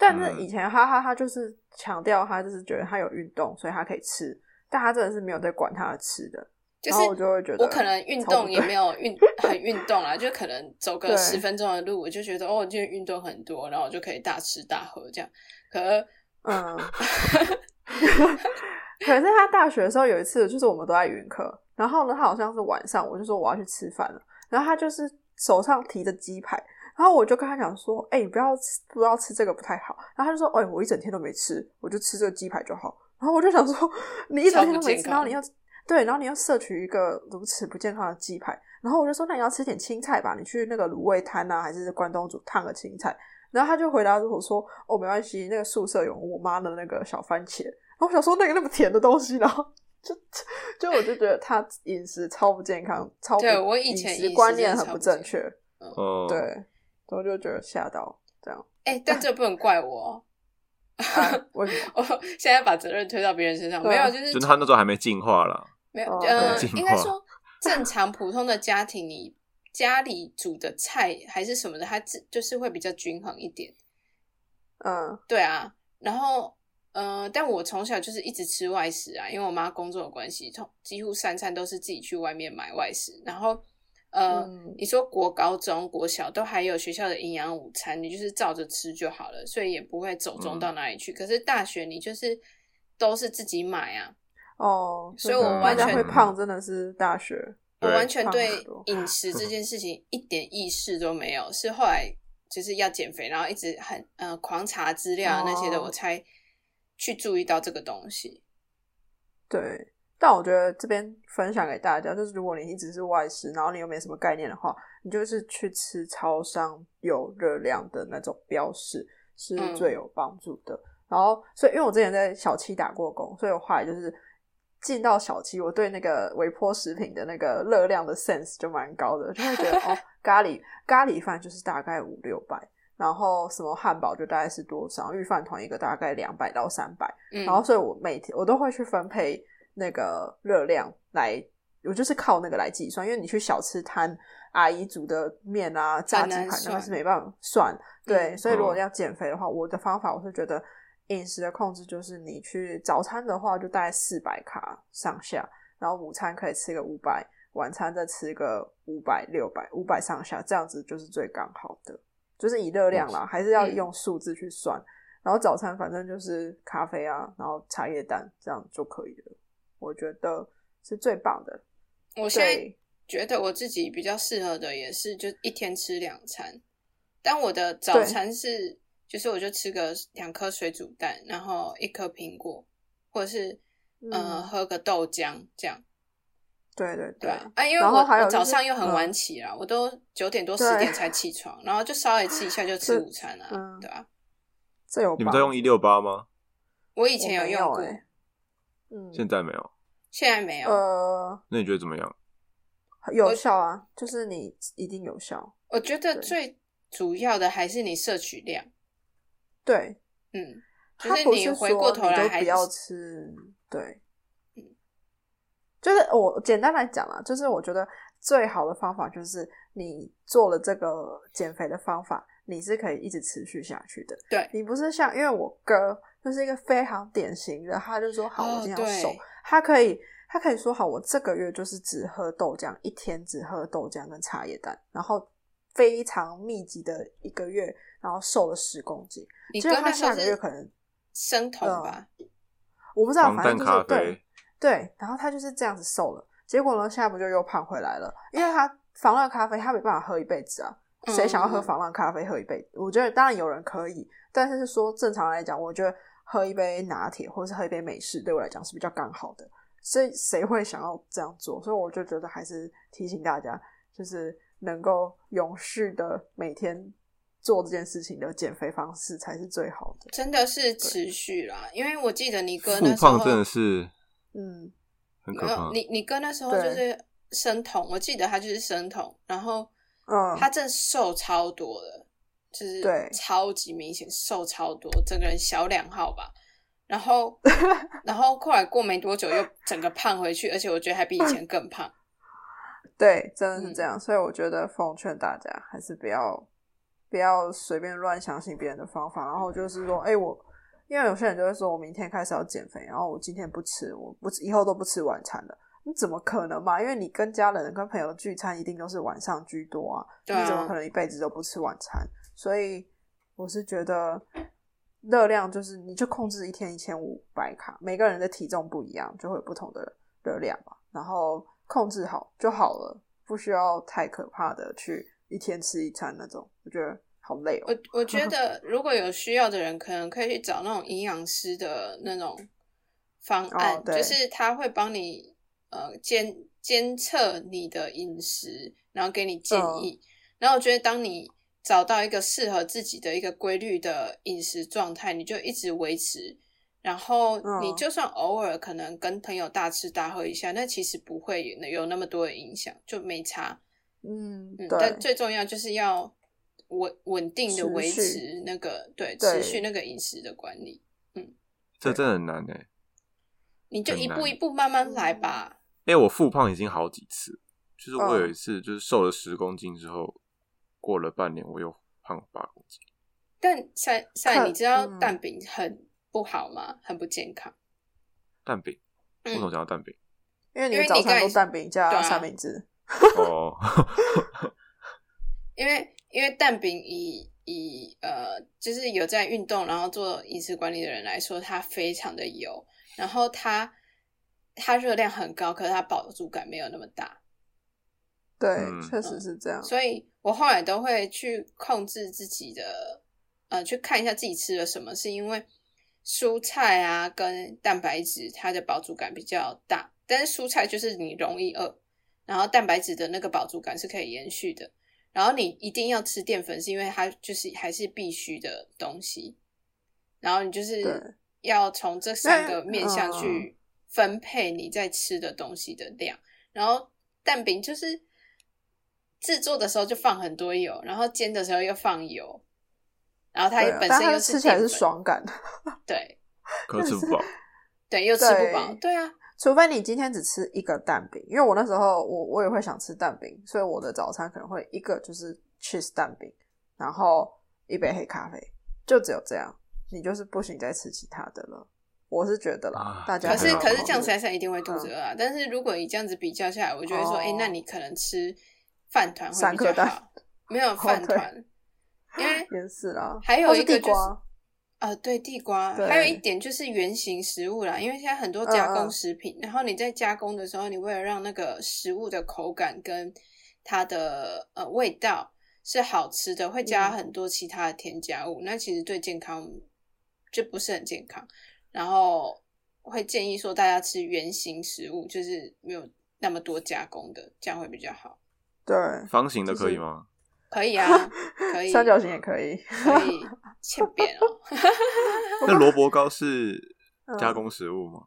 但是以前哈哈哈就是强调他就是觉得他有运动，所以他可以吃，但他真的是没有在管他的吃的。
就
然
是
后我就会觉得
我可能运
超不
动也
对
没有运很运动啦，就可能走个
对
十分钟的路，我就觉得哦，今天运动很多，然后我就可以大吃大喝这样。可是
嗯， 可是他大学的时候有一次，就是我们都在云课，然后呢，他好像是晚上，我就说我要去吃饭了，然后他就是手上提着鸡排，然后我就跟他讲说，哎、你不要吃，不要吃这个不太好，然后他就说，哎、我一整天都没吃，我就吃这个鸡排就好，然后我就想说，你一整天都没
超不健
吃，
康
然后你又对，然后你又摄取一个如此不健康的鸡排，然后我就说，那你要吃点青菜吧，你去那个卤味摊啊，还是关东煮烫个青菜。然后他就回答我说：“哦，没关系，那个宿舍有我妈的那个小番茄。”然后我想说那个那么甜的东西，然后就 就我就觉得他饮食超不健康，超不
对我以前
饮
饮
食
食
观念
真的
很
超
不
不健
正确，
哦，
对，，所以我就觉得吓 到这样。
哎、但这不能怪我哦
哎、为什么？
哦，我现在把责任推到别人身上，
对
没
啊
有，就是
就是他那时候还没进化啦。
没有，
哦
呃
进，化
应该说正常普通的家庭，你家里煮的菜还是什么的，它自就是会比较均衡一点。
嗯
对啊，然后，呃，但我从小就是一直吃外食啊，因为我妈工作的关系，从几乎三餐都是自己去外面买外食。然后，呃，
嗯
你说国高中、国小都还有学校的营养午餐，你就是照着吃就好了，所以也不会走
嗯
中到哪里去。可是大学你就是都是自己买啊，
哦，
所以
真的
我
大
完
家
全
会胖，真的是大学。
我
对
完全
胖
对
很多
饮食这件事情一点意识都没有，是后来就是要减肥，然后一直很呃狂查资料啊那些的，
哦
我才去注意到这个东西。
对，但我觉得这边分享给大家，就是如果你一直是外食，然后你又没什么概念的话，你就是去吃超商有热量的那种标示是
嗯
最有帮助的。然后，所以因为我之前在小七打过工，所以我后来就是进到小七，我对那个微波食品的那个热量的 sense 就蛮高的，就会觉得哦，咖喱咖喱饭就是大概五六百，然后什么汉堡就大概是多少，御饭团一个大概两百到三百。
嗯，
然后所以我每天我都会去分配那个热量来，我就是靠那个来计算，因为你去小吃摊阿姨煮的面啊、炸
很
鸡
难
排那个
算
是没办法算。对，
嗯
所以如果
嗯
要减肥的话，我的方法我是觉得饮食的控制就是你去早餐的话就大概四百卡上下，然后午餐可以吃个五百，晚餐再吃个五百、六百、五百上下，这样子就是最刚好的，就是以热量啦，还是要
嗯
用数字去算。然后早餐反正就是咖啡啊，然后茶叶蛋这样就可以了，我觉得是最棒的。
我现在
对，
觉得我自己比较适合的也是就一天吃两餐，但我的早餐是就是我就吃个两颗水煮蛋，然后一颗苹果，或者是呃
嗯
喝个豆浆这样。
对对
对
对
啊，啊，因为
然
我
后还有
我
就
早
是
上又很晚
嗯
起啦，我都九点多
对
十点才起床，然后就稍微吃一下就吃
是
午餐啊，
嗯
对啊，
这有
你
吧
们都用一六八吗？
我以前
我没
用过，
欸嗯，
现在没有。
现在没有。
呃
那你觉得怎么样？
有效啊，就是你一定有效。
我觉得
对
最主要的还是你摄取量，
对，
嗯，就
他
是
不
你
是
回
说
过头
你
来
都
还
不要
是
吃，对
嗯，
就是我简单来讲啦，就是我觉得最好的方法就是你做了这个减肥的方法，你是可以一直持续下去的。
对
你不是像因为我哥就是一个非常典型的，他就说好，我
哦
今天要
对
瘦，他可以他可以说好，我这个月就是只喝豆浆，一天只喝豆浆跟茶叶蛋，然后非常密集的一个月，然后瘦了十公斤。
你
结果
哥
他
那时候
下个月
是
可能嗯
生酮吧，
我不知道，
防
反
弹
正就
咖
是
啡
对，对，然后他就是这样子瘦了，结果呢，现在不就又胖回来了？因为他防弹咖啡他没办法喝一辈子啊，
嗯
谁想要喝防弹咖啡喝一辈子？我觉得当然有人可以，但是是说正常来讲，我觉得喝一杯拿铁或是喝一杯美式对我来讲是比较刚好的，所以谁会想要这样做？所以我就觉得还是提醒大家，就是能够永续的每天做这件事情的减肥方式才是最好的。
真的是持续啦，因为我记得你哥那
复
时
胖
候
真的是
嗯，
很可
没有
怕。
你你哥那时候就
对
是生酮，我记得他就是生酮，然后
嗯
他真的瘦超多的，就是
对
超级明显瘦超多，整个人小两号吧。然后然后后来过没多久又整个胖回去，而且我觉得还比以前更胖。
对，真的是
嗯
这样，所以我觉得奉劝大家还是不要不要随便乱相信别人的方法。然后就是说，哎、我因为有些人就会说我明天开始要减肥，然后我今天不吃，我不吃以后都不吃晚餐了。你怎么可能嘛？因为你跟家人、跟朋友聚餐一定都是晚上居多啊，
对啊
你怎么可能一辈子都不吃晚餐？所以我是觉得热量就是你就控制一天一千五百卡，每个人的体重不一样，就会有不同的热量嘛，然后控制好就好了，不需要太可怕的去一天吃一餐那种，我觉得好累哦。
我 我觉得如果有需要的人，可能可以去找那种营养师的那种方案，
哦对
就是他会帮你呃监监测你的饮食，然后给你建
嗯
议。然后我觉得，当你找到一个适合自己的一个规律的饮食状态，你就一直维持。然后
嗯
你就算偶尔可能跟朋友大吃大喝一下，那其实不会有那么多的影响，就没差。
嗯，
嗯，
对
但，最重要就是要稳稳定的
持
维
续
持那个对持
对
续那个饮食的管理，
这真的很难哎、
你就
很
一步
难
一步慢慢来吧。
因为我复胖已经好几次，就是我
嗯
有一次就是瘦了十公斤之后，过了半年我又胖了八公斤。
但赛赛，
看
你知道
嗯
蛋饼很不好吗？很不健康。
蛋饼，
嗯
为什么讲到蛋饼？
因为你
因为
的
你
早餐
刚
都
才
蛋饼加
对啊
三明治，
哦，
因为因为蛋饼以以呃，就是有在运动然后做饮食管理的人来说，它非常的油，然后它它热量很高，可是它饱足感没有那么大，
对，
嗯
确实是这样。
所以我后来都会去控制自己的呃，去看一下自己吃了什么，是因为蔬菜啊跟蛋白质它的饱足感比较大，但是蔬菜就是你容易饿，然后蛋白质的那个饱足感是可以延续的。然后你一定要吃淀粉，是因为它就是还是必须的东西。然后你就
对
是要从这三个
那嗯
面向去分配你在吃的东西的量。然后蛋饼就是制作的时候就放很多油，然后煎的时候又放油，然后它
对啊，
本
但
身
它
又
吃起来
淀
是
粉，
爽感的，
对
可是吃不饱。
对，又吃不饱，
对
对啊，
除非你今天只吃一个蛋饼，因为我那时候我我也会想吃蛋饼，所以我的早餐可能会一个就是 cheese 蛋饼，然后一杯黑咖啡，就只有这样，你就是不行再吃其他的了。我是觉得啦，
啊
大家
可
还
是
好
可是这样
才
珊珊一定会肚子饿啊。但是如果你这样子比较下来，我就会说，
嗯哦
哎、那你可能吃饭团会
三
比
颗
较
蛋
好，没有饭团，因为
也是啦，
还有一
哦或
个
是地
就是
瓜，
呃，对地瓜，
对嗯
还有一点就是圆形食物啦，因为现在很多加工食品，然后你在加工的时候，你为了让那个食物的口感跟它的呃味道是好吃的，会加
嗯
很多其他的添加物，那其实对健康就不是很健康。然后会建议说大家吃圆形食物，就是没有那么多加工的，这样会比较好。
对，
方形的可以吗？
可以 啊，可以，
三角形也可以。
可以，欠扁哦，
那萝卜糕是
嗯
加工食物吗？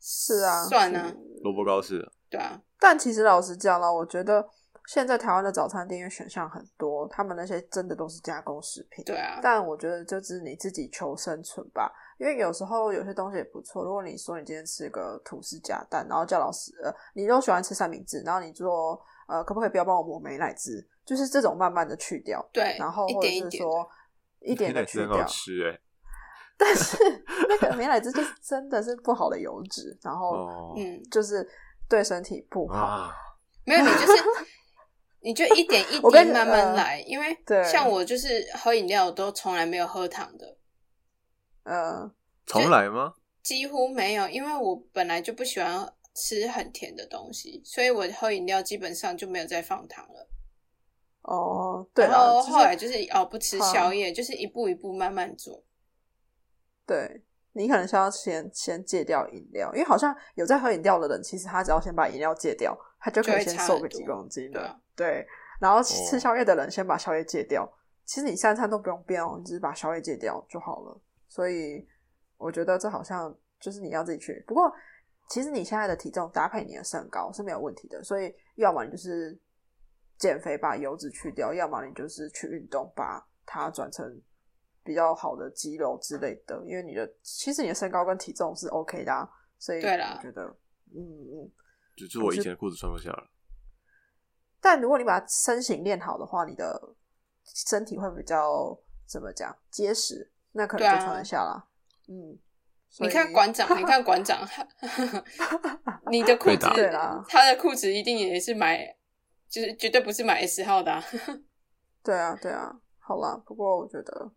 是啊，
算啊
是，
萝卜糕是
对啊，
但其实老实讲啦，我觉得现在台湾的早餐店因为选项很多，他们那些真的都是加工食品。
对啊，
但我觉得就是你自己求生存吧，因为有时候有些东西也不错。如果你说你今天吃个吐司夹蛋，然后叫老师，呃，你都喜欢吃三明治，然后你说，呃，可不可以不要帮我抹美乃滋？就是这种慢慢的去掉，
对，
然后
一
或者
点一
是
点的
说一点
奶
的
汁
去
很好
掉，
吃哎。
但是那个美乃滋就是真的是不好的油脂，然后
哦，
嗯，
就是对身体不好。
啊，
没有，你就是 你就一点一
我跟
滴
你呃
慢慢来，因为
对
像我就是喝饮料我都从来没有喝糖的，
呃，
重来吗？
几乎没有，因为我本来就不喜欢吃很甜的东西，所以我喝饮料基本上就没有再放糖了。
哦，对
然后
了，
后来
就是
就是哦不吃宵夜，就是一步一步慢慢做。
对你可能需要先先戒掉饮料，因为好像有在喝饮料的人，其实他只要先把饮料戒掉，他就
就
可
会
以先
差
瘦
很
个几
多
公斤
对
的。
啊
对，然后吃
哦
宵夜的人先把宵夜戒掉，其实你三餐都不用变哦，你只是把宵夜戒掉就好了。所以我觉得这好像就是你要自己去。不过其实你现在的体重搭配你的身高是没有问题的，所以要么你就是减肥把油脂去掉，要么你就是去运动把它转成比较好的肌肉之类的。因为你的其实你的身高跟体重是 OK 的、啊，所以
对啦
我觉得嗯嗯。
只是我以前的裤子穿不下了。
但如果你把身形练好的话，你的身体会比较怎么讲结实，那可能
对啊
就穿得下啦。嗯，所
你
以
看馆长，你看馆长， 你的裤
被
子
打
对啊啦，
他的裤子一定也是买，就是绝对不是买 S 号的、啊。
对啊，对啊，好啦。不过我觉得，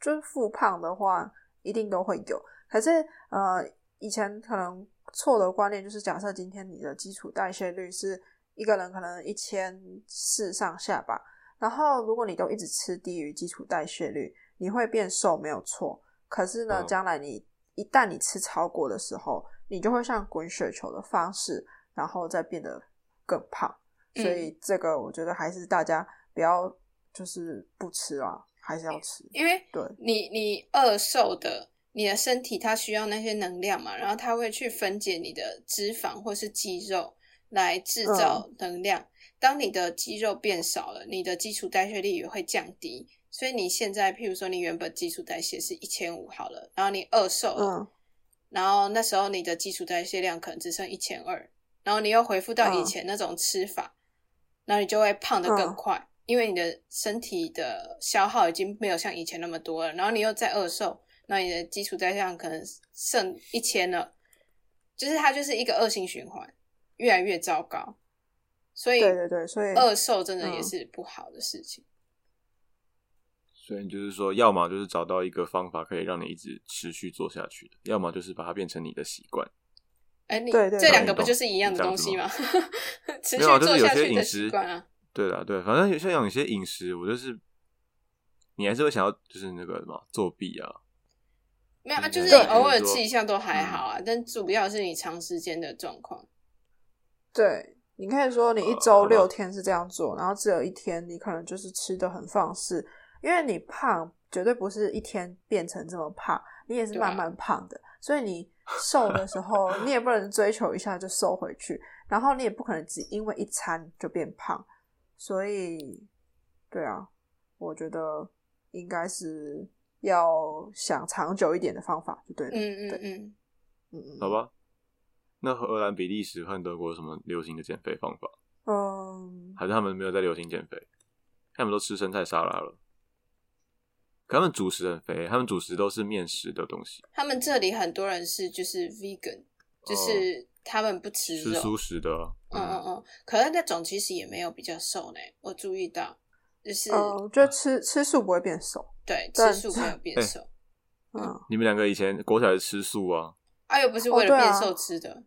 就是复胖的话，一定都会有。可是呃，以前可能错的观念就是，假设今天你的基础代谢率是一个人可能一千四上下吧，然后如果你都一直吃低于基础代谢率，你会变瘦没有错。可是呢，
嗯
将来你一旦你吃超过的时候，你就会像滚雪球的方式，然后再变得更胖。
嗯
所以这个我觉得还是大家不要就是不吃啦，还是要吃。
因为
对
你你饿瘦的，你的身体它需要那些能量嘛，然后它会去分解你的脂肪或是肌肉来制
嗯
造能量。当你的肌肉变少了，你的基础代谢率也会降低。所以你现在，譬如说你原本基础代谢是一千五好了，然后你饿瘦了，
嗯，
然后那时候你的基础代谢量可能只剩一千二，然后你又恢复
嗯
到以前那种吃法，然后你就会胖得更快，因为你的身体的消耗已经没有像以前那么多了，然后你又再饿瘦，那你的基础再上可能剩一千了，就是它就是一个恶性循环，越来越糟糕。所以
对对对，嗯所以
恶瘦真的也是不好的事情。
所以你就是说，要么就是找到一个方法可以让你一直持续做下去的，要么就是把它变成你的习惯。
哎、你
对对
这
对
两个不就是一样的东西吗？ 持续做下去的习惯啊，
对啦，对，反正有像有些饮食，我就是你还是会想要就是那个什么作弊啊，
没有啊，
嗯
就是
对
你偶尔吃一下都还好啊，但主要是你长时间的状况。
对，你可以说你一
呃好
周
吧
六天是这样做，然后只有一天你可能就是吃的很放肆，因为你胖绝对不是一天变成这么胖，你也是
对啊
慢慢胖的，所以你瘦的时候你也不能追求一下就瘦回去，然后你也不可能只因为一餐就变胖，所以对啊，我觉得应该是要想长久一点的方法就对了，
嗯嗯
对
嗯，
嗯嗯，
好吧？那荷兰、比利时和德国有什么流行的减肥方法？
嗯，
还是他们没有在流行减肥？他们都吃生菜沙拉了。可他们主食很肥，他们主食都是面食的东西，
他们这里很多人是就是 vegan，就是他们不吃
吃
肉。
素食的啊。
嗯嗯嗯，可是那种其实也没有比较瘦呢，我注意到，就是、
呃，我觉得吃吃素不会变瘦。
对吃
但
素没有变
哎
瘦，
嗯，
你们两个以前国小也是吃素啊？
啊又不是
哦
为了
对
变
啊
瘦吃的。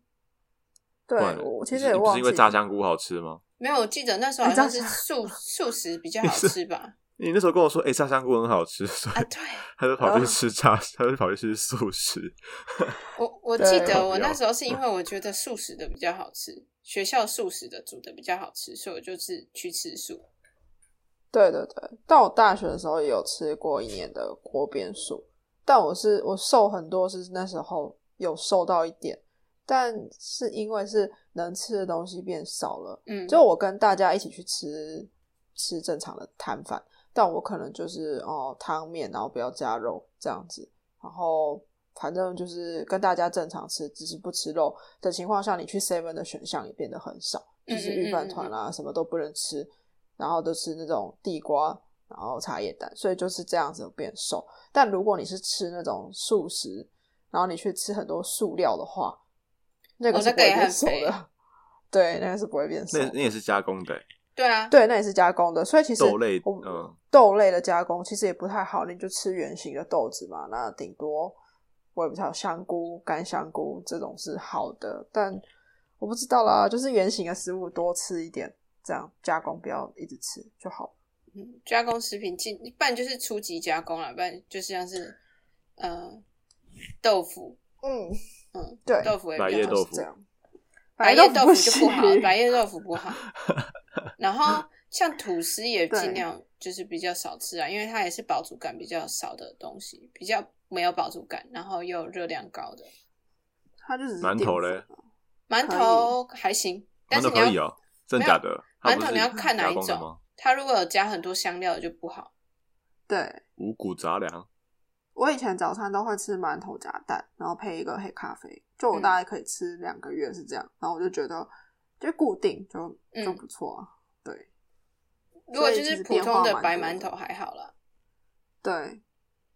对
不然，
我
你
其实
是
也
你不
忘
是
记
因为炸香菇好吃吗？
没有，我记得那时候
哎
好像
这
是
样
素素食比较好吃吧？
你那时候跟我说，哎、炸香菇很好吃，所
啊，
哎
以
对，
他就
嗯
跑去吃炸，他就跑去吃素食。
我我
对
记得我那时候是
嗯
因为我觉得素食的比较好吃，学校素食的煮的比较好吃，所以我就是去吃素。
对对对，但我大学的时候也有吃过一年的锅边素，但我是我瘦很多，是那时候有瘦到一点，但是因为是能吃的东西变少了，
嗯，
就我跟大家一起去吃吃正常的摊贩，但我可能就是哦汤面，然后不要加肉这样子，然后反正就是跟大家正常吃，只是不吃肉的情况下，你去 Seven 的选项也变得很少，
嗯
就是预饭团啦、什么都不能吃，然后都吃那种地瓜。然后茶叶蛋，所以就是这样子变瘦。但如果你是吃那种素食，然后你去吃很多塑料的话，那个
哦
是
那
不
个
会
也很
变瘦
肥
的。 对，那个是不会变瘦
那
的。
那也是加工的、欸
对啊，
对，那也是加工的，所以其实
豆类
我
嗯
豆类的加工其实也不太好，你就吃圆形的豆子嘛，那顶多我也不知道香菇、干香菇这种是好的，但我不知道啦，就是圆形的食物多吃一点，这样加工不要一直吃就好。
嗯加工食品进，不然就是初级加工啦，不然就像是呃豆腐，
嗯
嗯，
对，
豆腐也
白
比
叶
较
是
好
豆
吃
腐
这样，
白
豆
叶
腐
豆
不
腐就不好，啊
行
白叶豆 腐不好。然后像吐司也
对
尽量就是比较少吃啊，因为它也是饱足感比较少的东西，比较没有饱足感，然后又热量高的。
它就只是
馒头
淀粉
嘞，
馒头还行，但
馒
是
头
你
可以
要、
哦、真假的？它
馒
不
头
是
你要看哪
加
一
工的
种
吗？，
它如果有加很多香料的就不好。
对。
五谷杂粮，
我以前早餐都会吃馒头加蛋，然后配一个黑咖啡，就我
嗯
大概可以吃两个月是这样，然后我就觉得就固定就就
嗯
不错啊，对
如果就
所以
是
其实
普通
变化蛮
的
多的
白馒头还好啦，
对，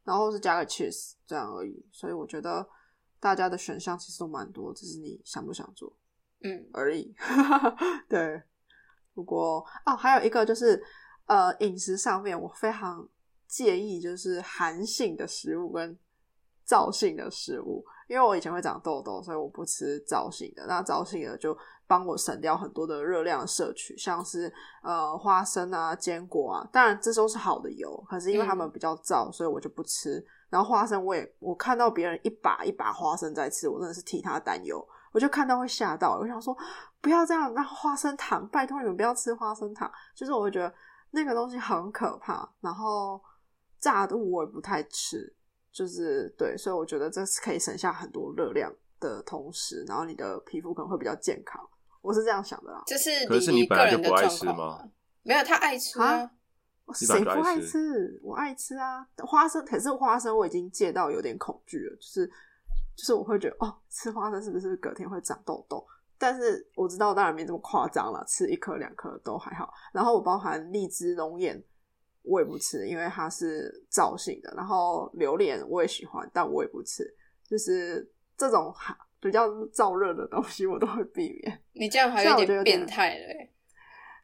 然后是加个 cheese 这样而已，所以我觉得大家的选项其实都蛮多，只是你想不想做
嗯，
而已。 对，不过哦，还有一个就是呃饮食上面我非常介意就是寒性的食物跟燥性的食物，因为我以前会长痘痘，所以我不吃燥性的。那燥性的就帮我省掉很多的热量摄取，像是呃花生啊、坚果啊，当然这都是好的油，可是因为它们比较燥，所以我就不吃。然后花生我也我看到别人一把一把花生在吃，我真的是替他担忧。我就看到会吓到，我想说不要这样，那花生糖，拜托你们不要吃花生糖。就是我会觉得那个东西很可怕，然后炸的物我也不太吃，就是对，所以我觉得这是可以省下很多热量的同时，然后你的皮肤可能会比较健康，我是这样想的啦。
这是
可是
你
你本
个
来就
人的
不爱
状
吃
况
吗
啊。没有，他爱吃啊
啊，谁不爱吃？我爱吃啊！花生，可是花生我已经戒到有点恐惧了，就是就是我会觉得哦，吃花生是不是隔天会长痘痘？但是我知道当然没这么夸张了，吃一颗两颗都还好。然后我包含荔枝、龙眼我也不吃，因为它是燥性的。然后榴莲我也喜欢，但我也不吃。就是这种比较燥热的东西，我都会避免。
你这样还有点变态了、欸。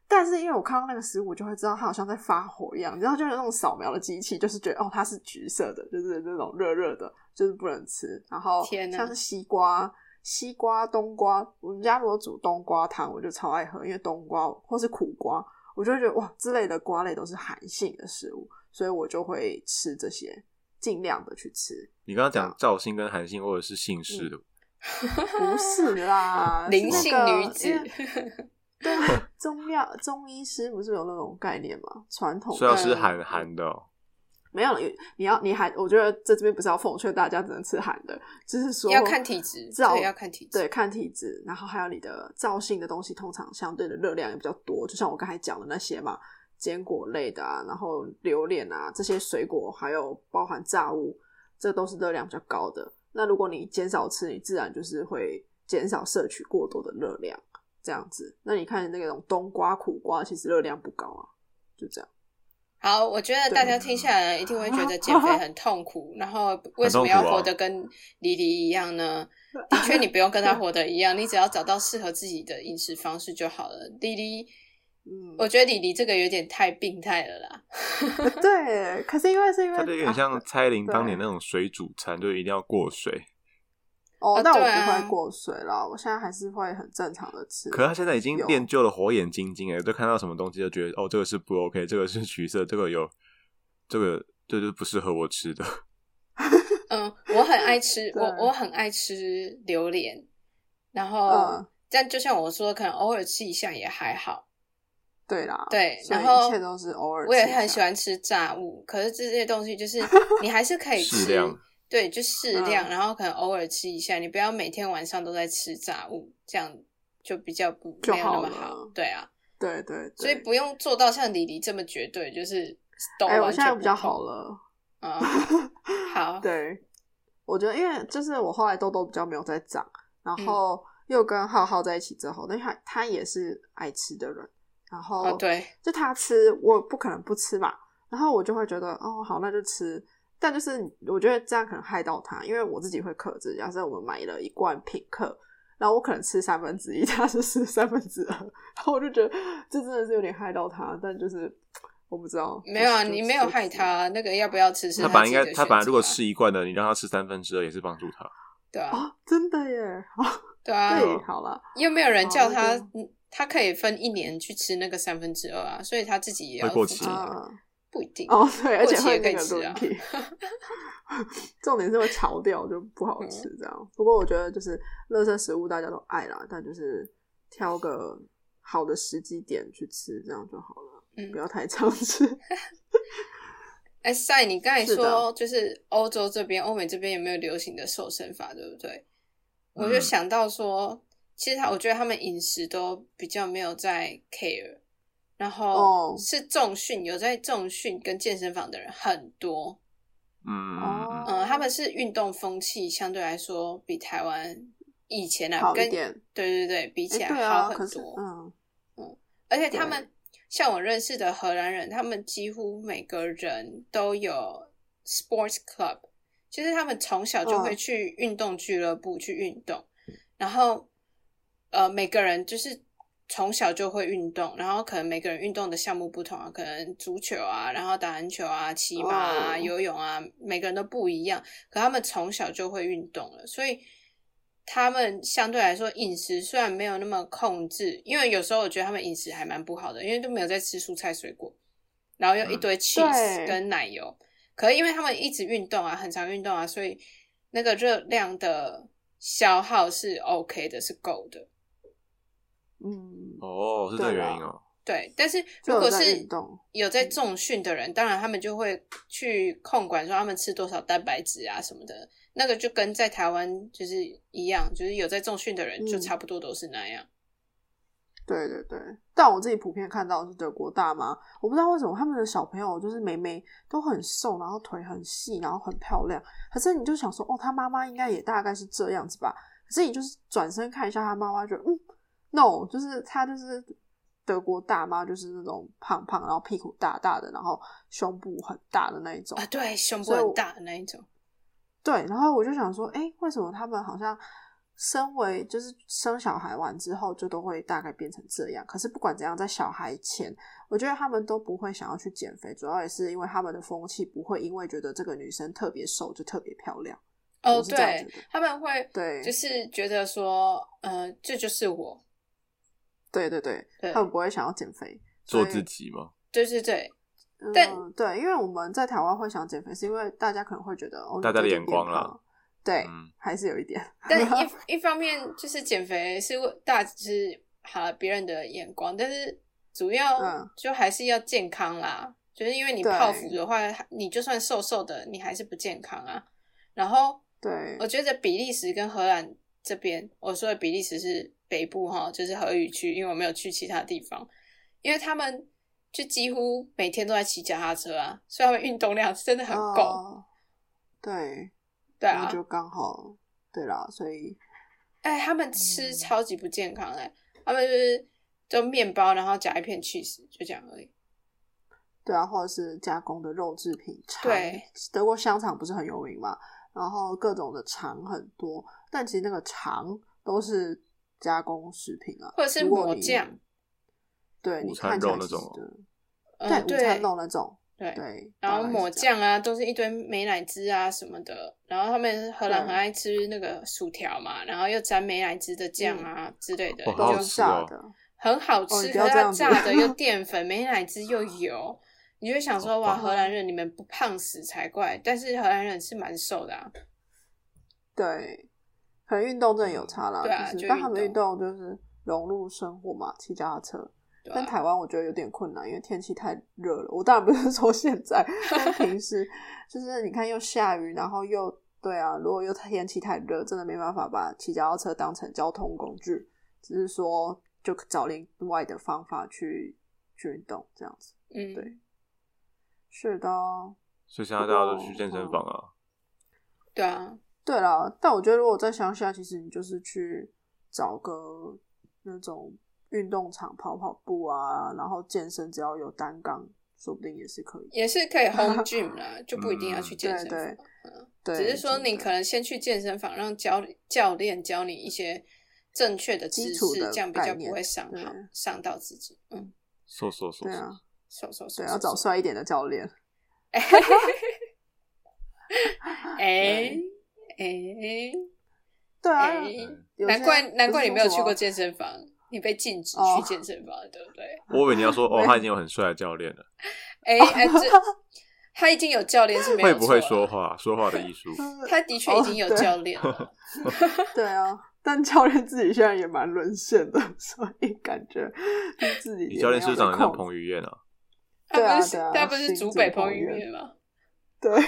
但是因为我看到那个食物，我就会知道它好像在发火一样，你知道，就是那种扫描的机器，就是觉得哦，它是橘色的，就是那种热热的，就是不能吃。然后
天哪，
像是西瓜、西瓜、冬瓜，我们家如果煮冬瓜汤，我就超爱喝，因为冬瓜或是苦瓜，我就会觉得哇，之类的瓜类都是寒性的食物，所以我就会吃这些，尽量的去吃。
你刚刚讲赵性跟韩性或者是姓氏，
不啊是啦
灵性女子
是那个。因为对啊，中药中医师不是有那种概念吗？传统
所以要吃
嗯
韩韩的哦。
没有，你你要你还，我觉得在这边不是要奉劝大家只能吃寒的，就是说
要看体质，
照
对，要看体质。
对，看体质，然后还有你的燥性的东西，通常相对的热量也比较多，就像我刚才讲的那些嘛，坚果类的啊，然后榴莲啊这些水果，还有包含炸物，这都是热量比较高的。那如果你减少吃，你自然就是会减少摄取过多的热量，这样子。那你看那种冬瓜、苦瓜，其实热量不高啊，就这样。
好，我觉得大家听下来一定会觉得减肥很痛苦，然 后为
哦
什么要活得跟黎黎一样呢？的确，你不用跟她活得一样，你只要找到适合自己的饮食方式就好了。黎黎，
嗯，
我觉得黎黎这个有点太病态了啦。
对，可是因为是因为
它就有点
啊
像蔡依林
对
当年那种水煮餐，就一定要过水。
哦
啊，
但我
对啊
不会过水啦，我现在还是会很正常的吃。
可是他现在已经
有
练就了火眼金睛哎，就看到什么东西就觉得哦，这个是不 OK，这个是橘色，这个有这个这就是不适合我吃的。
嗯，我很爱吃，
对
我我很爱吃榴莲，然后、
嗯
但就像我说，可能偶尔吃一下也还好。
对啦，
对，
所以
然后
一切都是偶尔。
我也很喜，欢吃炸物，可是这些东 西就是你还是可以
适
吃，
量
对，就适量，
嗯
然后可能偶尔吃一下，你不要每天晚上都在吃炸物，这样就比较不
就
没有那么
好
好
了。
对啊，
对对对。
所以不用做到像李黎这么绝对，就是都
哎，我
完
现在
全
比较
不碰
好了。
啊、好，
对，我觉得因为就是我后来痘痘比较没有在长，然
嗯
后又跟浩浩在一起之后，因为他他也是爱吃的人，然后、
哦对，
就他吃，我不可能不吃嘛。然后我就会觉得，哦，好，那就吃。但就是我觉得这样可能害到他，因为我自己会克制。假设我们买了一罐品客，然后我可能吃三分之一，他是吃三分之二，然后我就觉得这真的是有点害到他。但就是我不知道，
没有啊，
就是
你没有害，他，啊那个要不要吃是
他本来
自
应
己
该
的，
他
选
本来如果
择啊
吃一罐的，你让他吃三分之二也是帮助他。
对
就是
啊，
哦，真的耶， 哦，
对啊，
对，好了，
又没有人叫他
好那就，
嗯他可以分一年去吃那个三分之二啊，所以他自己也要
会过
负
期
责
啊
嗯，
不一定
哦，对，而且
过期也
会
可以
那个
吃啊
轮 替。重点是会潮掉，就不
嗯
好吃这样。不过我觉得就是垃圾食物大家都爱啦，但就是挑个好的时机点去吃，这样就好了，
嗯
不要太常吃。
哎，赛，你刚才
是
说
的
就是欧洲这边、欧美这边有没有流行的瘦身法，对不对？我就
嗯
想到说，其实他我觉得他们饮食都比较没有在 care，然后
哦
是重训，有在重训跟健身房的人很多，
嗯嗯嗯，
嗯、他们是运动风气相对来说比台湾以前啊
好
跟
一点，
对对对比起
哎
来
对
好
啊，
很
可是
多，
嗯，
而且他们像我认识的荷兰人，他们几乎每个人都有 sports club，就是他们从小就会
嗯
去运动俱乐部去运动，然后呃每个人就是从小就会运动，然后可能每个人运动的项目不同啊，可能足球啊，然后打篮球啊、骑马啊、
哦
游泳啊，每个人都不一样，可他们从小就会运动了，所以他们相对来说饮食虽然没有那么控制，因为有时候我觉得他们饮食还蛮不好的，因为都没有在吃蔬菜水果，然后又一堆 cheese
嗯对
跟奶油。可是因为他们一直运动啊，很常运动啊，所以那个热量的消耗是 OK 的，是够的。
嗯，
哦，是这个
对啦
原因哦。
对，啊但是
就
如
有
果
在
是
运动
有在重训的人，当然他们就会去控管说他们吃多少蛋白质啊什么的，那个就跟在台湾就是一样，就是有在重训的人就
嗯
差不多都是那样。
对对对，但我自己普遍看到的是德国大妈，我不知道为什么他们的小朋友就是妹妹都很瘦，然后腿很细，然后很漂亮。可是你就想说，哦，她妈妈应该也大概是这样子吧？可是你就是转身看一下她妈妈，觉得嗯，no，就是她就是德国大妈就是那种胖胖，然后屁股大大的，然后胸部很大的那一种
啊，对，胸部
哦所以
很
我
大的那一种，
对，然后我就想说，哎，为什么他们好像身为就是生小孩完之后就都会大概变成这样？可是不管怎样，在小孩前，我觉得他们都不会想要去减肥，主要也是因为他们的风气不会因为觉得这个女生特别瘦就特别漂亮。
哦，
我是这样嗯
对
觉得，
他们会
对，
就是觉得说，嗯、这就是我，
对对对，
对
他们不会想要减肥。
做
所以
自己嘛。
对对对，
嗯
但
对，因为我们在台湾会想减肥，是因为大家可能会觉得哦，你
大家的
最近
眼光
变
啦
胖，对，
嗯
还是有一点。
但一一方面就是减肥是为大是哈别人的眼光，但是主要
嗯
就还是要健康啦。就是因为你
对
泡芙的话，你就算瘦瘦的，你还是不健康啊。然后
对
我觉得比利时跟荷兰这边，我说的比利时是北部哈，就是荷语区，因为我没有去其他地方，因为他们就几乎每天都在骑脚踏车啊，所以他们运动量真的很够。
哦对，
对
然
啊
后，就刚好，对啦，所以
哎，他们
嗯
吃超级不健康哎、他们就是就面包，然后夹一片 cheese，就这样而已。
对啊，或者是加工的肉制品，肠
对，
德国香肠不是很有名嘛，然后各种的肠很多，但其实那个肠都是加工食品啊，
或者是
如果
抹
你
酱，
对，你
午餐
看起
肉
来其
那
实
种
就
嗯，
对，午餐肉那种，
对
对，
然后
大概是
抹
这样，
酱啊，都是一堆美乃滋啊什么的。然后他们荷兰
对啊
很爱吃那个薯条嘛，然后又沾美乃滋的酱啊、之类的，
哦好
都
好
是
吃
炸
哦
的，
很
嗯
好
哦
吃。
你不
可
要这
是它
样子
炸 的又淀粉，美乃滋又油，你就会想说
好
哇，
棒
荷兰人你们不胖死才怪。但是荷兰人是蛮瘦的啊，
对，可能运动真的有差啦，
对啊
就是
就
但
运
他们运
动
动就是融入生活嘛，骑脚踏车。
对
但
啊
台湾我觉得有点困难，因为天气太热了。我当然不是说现 在，但平时就是你看又下雨，然后又对啊，如果又天气太热，真的没办法把骑脚踏车当成交通工具，只是说就找另外的方法去去运动这样子。
嗯，
对是的哦，
所以现在大家都去健
哦
身房啊，
对啊，
对啦，但我觉得如果在乡下，其实你就是去找个那种运动场跑跑步啊，然后健身，只要有单杠，说不定也是可以。
也是 可以 home gym 啦，就不一定要去健身
嗯对
房。嗯
对，
只是说你
真的
可能先去健身房，让教教练教你一些正确的姿
基础
势，
的
这样比较
概
不
念
会伤好
对
伤到自己。嗯，
瘦瘦瘦
对
瘦
啊，，
瘦瘦瘦，
对，
瘦
要找
瘦
帅一点的教练。
哎哎，
对啊，
哎
有些啊
难怪难怪你没有去过
不是
健身房，你被禁止
哦
去健身房，对不对？
我以为 你要说哦，他已经有很帅的教练了，
哎哎，这他已经有教练是没有
会不会
错啊
说？话？说话的 艺术，
说什么，
他的确已经有
哦对
教练了，
对啊。但教练自己现在也蛮沦陷的， 所以感觉 就自己
你
也
教
没
练是不
有
是长
在
得像
控
彭于晏啊？
对啊
他不是
对啊
他不是
心
竹
智
北
同
彭于
源
晏吗？
对，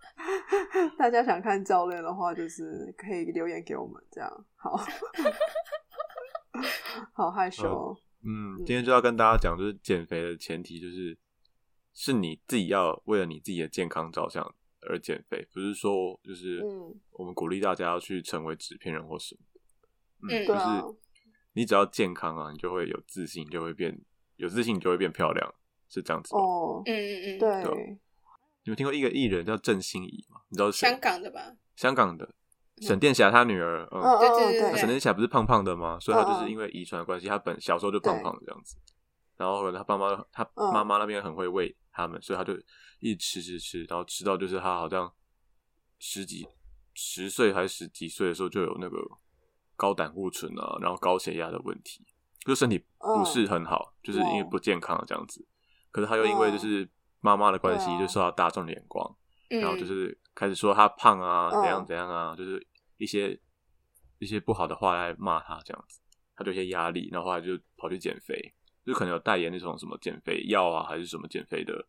大家想看教练的话，就是可以留言给我们，这样好。 好害羞、哦，
嗯，今天就要跟大家讲，就是减肥的前提就是是你自己要为了你自己的健康着想而减肥，不是说就是
嗯
我们鼓励大家要去成为纸片人或什么。
嗯
就
对啊
是你只要健康啊，你就会有自信，就会变有自信，你就会变漂亮，是这样子吧。
哦，
嗯嗯嗯，
对，
对你们听过一个艺人叫郑欣宜吗？你知道是谁
香港的吧？
香港的沈殿霞，她女儿，嗯，
嗯嗯
对
嗯
对对
沈殿霞不是胖胖的吗？所以她就是
嗯嗯
因为遗传的关系，她本小时候就胖胖的这样子。然后她爸妈，她
嗯
妈妈那边很会喂他们，所以她就一直吃吃吃，然后吃到就是她好像十几十岁还是十几岁的时候就有那个高胆固醇啊，然后高血压的问题，就身体
嗯
不是很好，就是因为不健康这样子。可是她又因为就是妈妈的关系
嗯对，啊
就受到大众的眼光，
嗯，
然后就是开始说他胖啊，
嗯
怎样怎样啊，就是一些一些不好的话来骂他这样子，他就有一些压力，然后后来就跑去减肥，就可能有代言那种什么减肥药啊，还是什么减肥的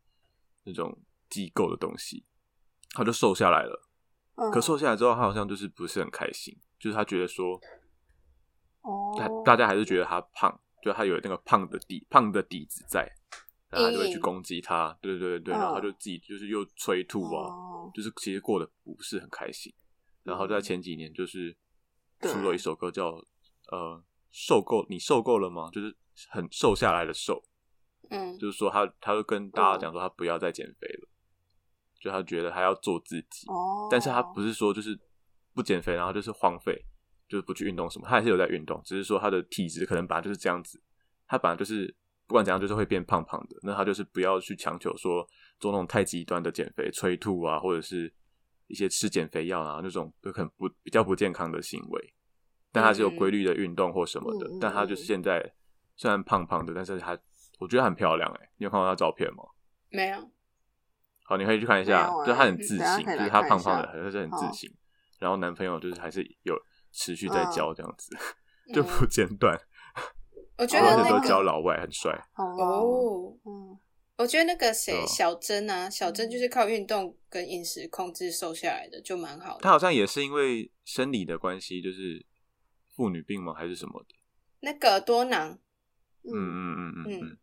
那种机构的东西，他就瘦下来了。
嗯
可瘦下来之后，他好像就是不是很开心，就是他觉得说，他
哦，
大家还是觉得他胖，就他有那个胖的底胖的底子在，然后他就会
阴
去
影
攻击他，对对对对，
嗯
然后他就自己就是又催吐啊。
哦，
就是其实过得不是很开心。然后在前几年就是
对
出了一首歌叫呃受够你受够了吗？就是很瘦下来的瘦，
嗯
就是说他他会跟大家讲说他不要再减肥了，就他觉得他要做自己，
哦，
但是他不是说就是不减肥，然后就是荒废，就是不去运动什么，他还是有在运动，只是说他的体质可能本来就是这样子，他本来就是不管怎样就是会变胖胖的，那他就是不要去强求说做那种太极端的减肥，催吐啊，或者是一些吃减肥药啊那种就很不比较不健康的行为，但他是有规律的运动或什么的，
嗯嗯嗯
但他就是现在虽然胖胖的，但是他我觉得很漂亮哎、你有看到他照片吗？
没有，
好，你可以去看一下
没有，欸
就她很自
等一下
信，
可以
就
来
是她
看一
胖胖的
下，
还是很
好
自信。然后男朋友就是还是有持续在
嗯
交这样子，就
嗯
不间断，
我觉
对
得
而
啊那
且都
那
个
交
个
老外，很帅。
好哦，
哦，
嗯，
我觉得那个谁
对啊
小珍啊，小珍就是靠运动跟饮食控制瘦下来的，就蛮好的。
他好像也是因为生理的关系，就是妇女病吗？还是什么的？
那个多囊，
嗯，
嗯嗯嗯嗯嗯
嗯，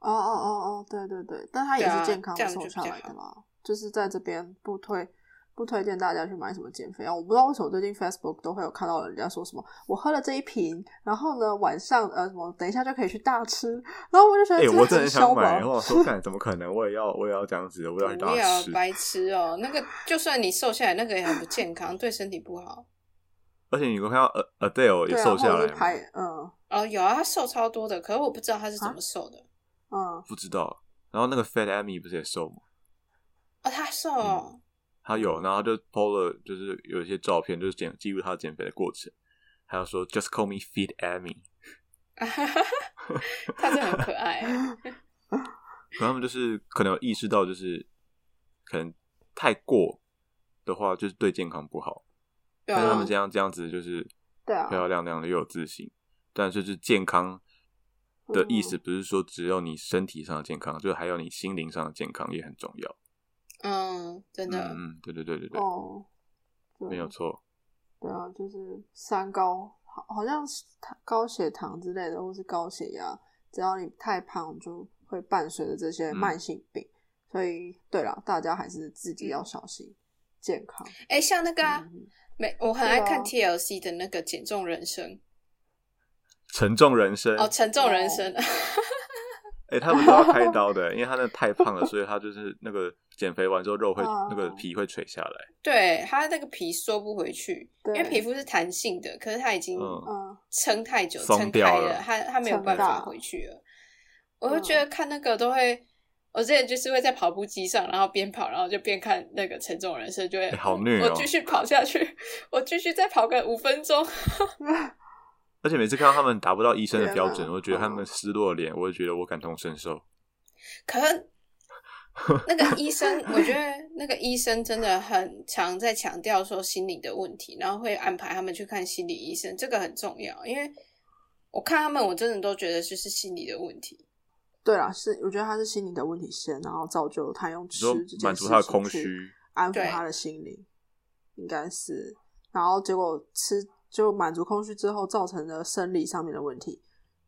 哦哦哦哦，对对对，但他也
对
是
啊
健康
这
的
样
瘦
就
下
比较
来的啦，就是在这边不推。不推荐大家去买什么减肥药，我不知道为什么最近 Facebook 都会有看到人家说什么我喝了这一瓶，然后呢晚上呃什么等一下就可以去大吃，然后我就觉得
哎，
这
我
个很
真的很
消
想
薄
买，我想说，干怎么可能？我也要，我也要这样子，我也要去
不
大
要
吃。
白痴哦，那个就算你瘦下来，那个也很不健康，对身体不好。
而且你有看到呃 Adele 也
对啊，
瘦
或
下
者
来
是
吗
排，嗯
哦，有啊，他瘦超多的，可是我不知道他是怎
啊
么瘦的。
嗯，
不知道。然后那个 Fat Amy 不是也瘦吗？
哦，他瘦
嗯
哦，
他有，然后他就 PO 了，就是有一些照片，就是减记录他减肥的过程。还有说 Just call me Fit Amy，
他真的很可 爱。
可他们就是可能有意识到，就是可能太过的话，就是对健康不好。
对
但是他
啊
们这，样这样子就是
对啊
漂漂亮亮的又有自信，但是就是健康
嗯
的意
嗯
思不是说只有你身体上的健康，就还有你心灵上的健康也很重要。
嗯，真的，
嗯嗯，对对对对对，
哦，对
没有错。
对啊，就是三高，好好像是糖高血糖之类的，或是高血压，只要你太胖，就会伴随着这些
嗯
慢性病。所以，对啦，大家还是自己要小心、健康。
哎、像那个啊，
嗯
没，我很爱看
对
TLC 的那个《减重人生
沉重人生》
哦，《沉重人生》
哎、他们都要 开刀的，因为他那太胖了，所以他就是那个减肥完之后肉会、
嗯
那个皮会垂下来。
对，它那个皮缩不回去，因
对
为皮肤是弹性的，可是它已经
嗯，
嗯，
撑太久，
松
撑
掉
开
了
它它没有
撑
办法
大
回去了。我就觉得看那个都会，我之前就是会在跑步机上，然后边跑，然后就边看那个沉重人生，就会、
哎好虐
我
哦
继续跑下去，我继续再跑个五分钟。
而且每次看到他们达不到医生的标
天
准，
哪嗯
我就觉得他们失落的脸，我就觉得我感同身受。
可是那个医生，我觉得那个医生真的很常在强调说心理的问题，然后会安排他们去看心理医生，这个很重要。因为我看他们，我真的都觉得就是心理的问题。
对啦，是我觉得他是心理的问题先，然后造就他用
你
吃
说
这件
满
事
足他的
情
空
去
虚，
安抚
对
他的心灵，应该是。然后结果吃就满足空虚之后，造成了生理上面的问题，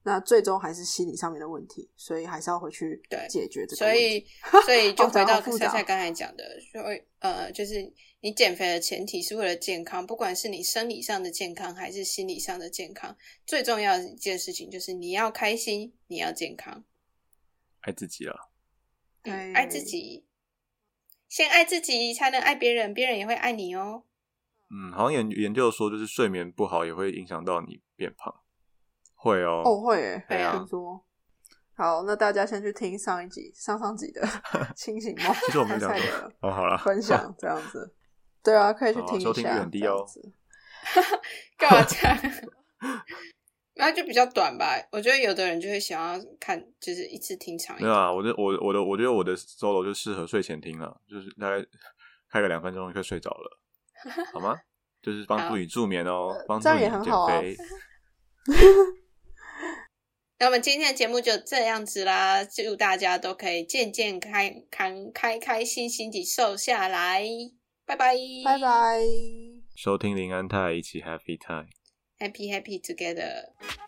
那最终还是心理上面的问题，所以还是要回去
对
解决这个
所
问题。
以，所以就
好
回
杂
到
好复
菜菜
杂
刚才讲的，所以呃，就是你减肥的前提是为了健康，不管是你生理上的健康还是心理上的健康，最重要的一件事情就是你要开心，你要健康。
爱自己啊。
嗯，
哎
爱自己，先爱自己，才能爱别人，别人也会爱你哦。
嗯，好像研研究说，就是睡眠不好也会影响到你变胖。会哦，
哦，会诶、
对啊
听说。好，那大家先去听上一集、上上 集的清醒梦，
其实我没
菜
想过
菜的。
哦，好了，
分享这样子。对啊，可以去
哦
听一下。
收听率很低哦
这样子
干嘛这样？ 然后就比较短吧，我觉得有的人就会想要看，就是一次听长一
没
点
有。啊，我的我我的我觉得我的 solo 就适合睡前听了，就是大概开个两分钟就快睡着了，好吗？就是帮助你助眠哦，帮助
呃这样
你
也
减
很好啊
肥。
那我们今天的节目就这样子啦，祝大家都可以健健康康、开开心心地瘦下来，拜拜，
拜拜。
收听林安泰，一起 Happy Time。
，Happy Happy Together。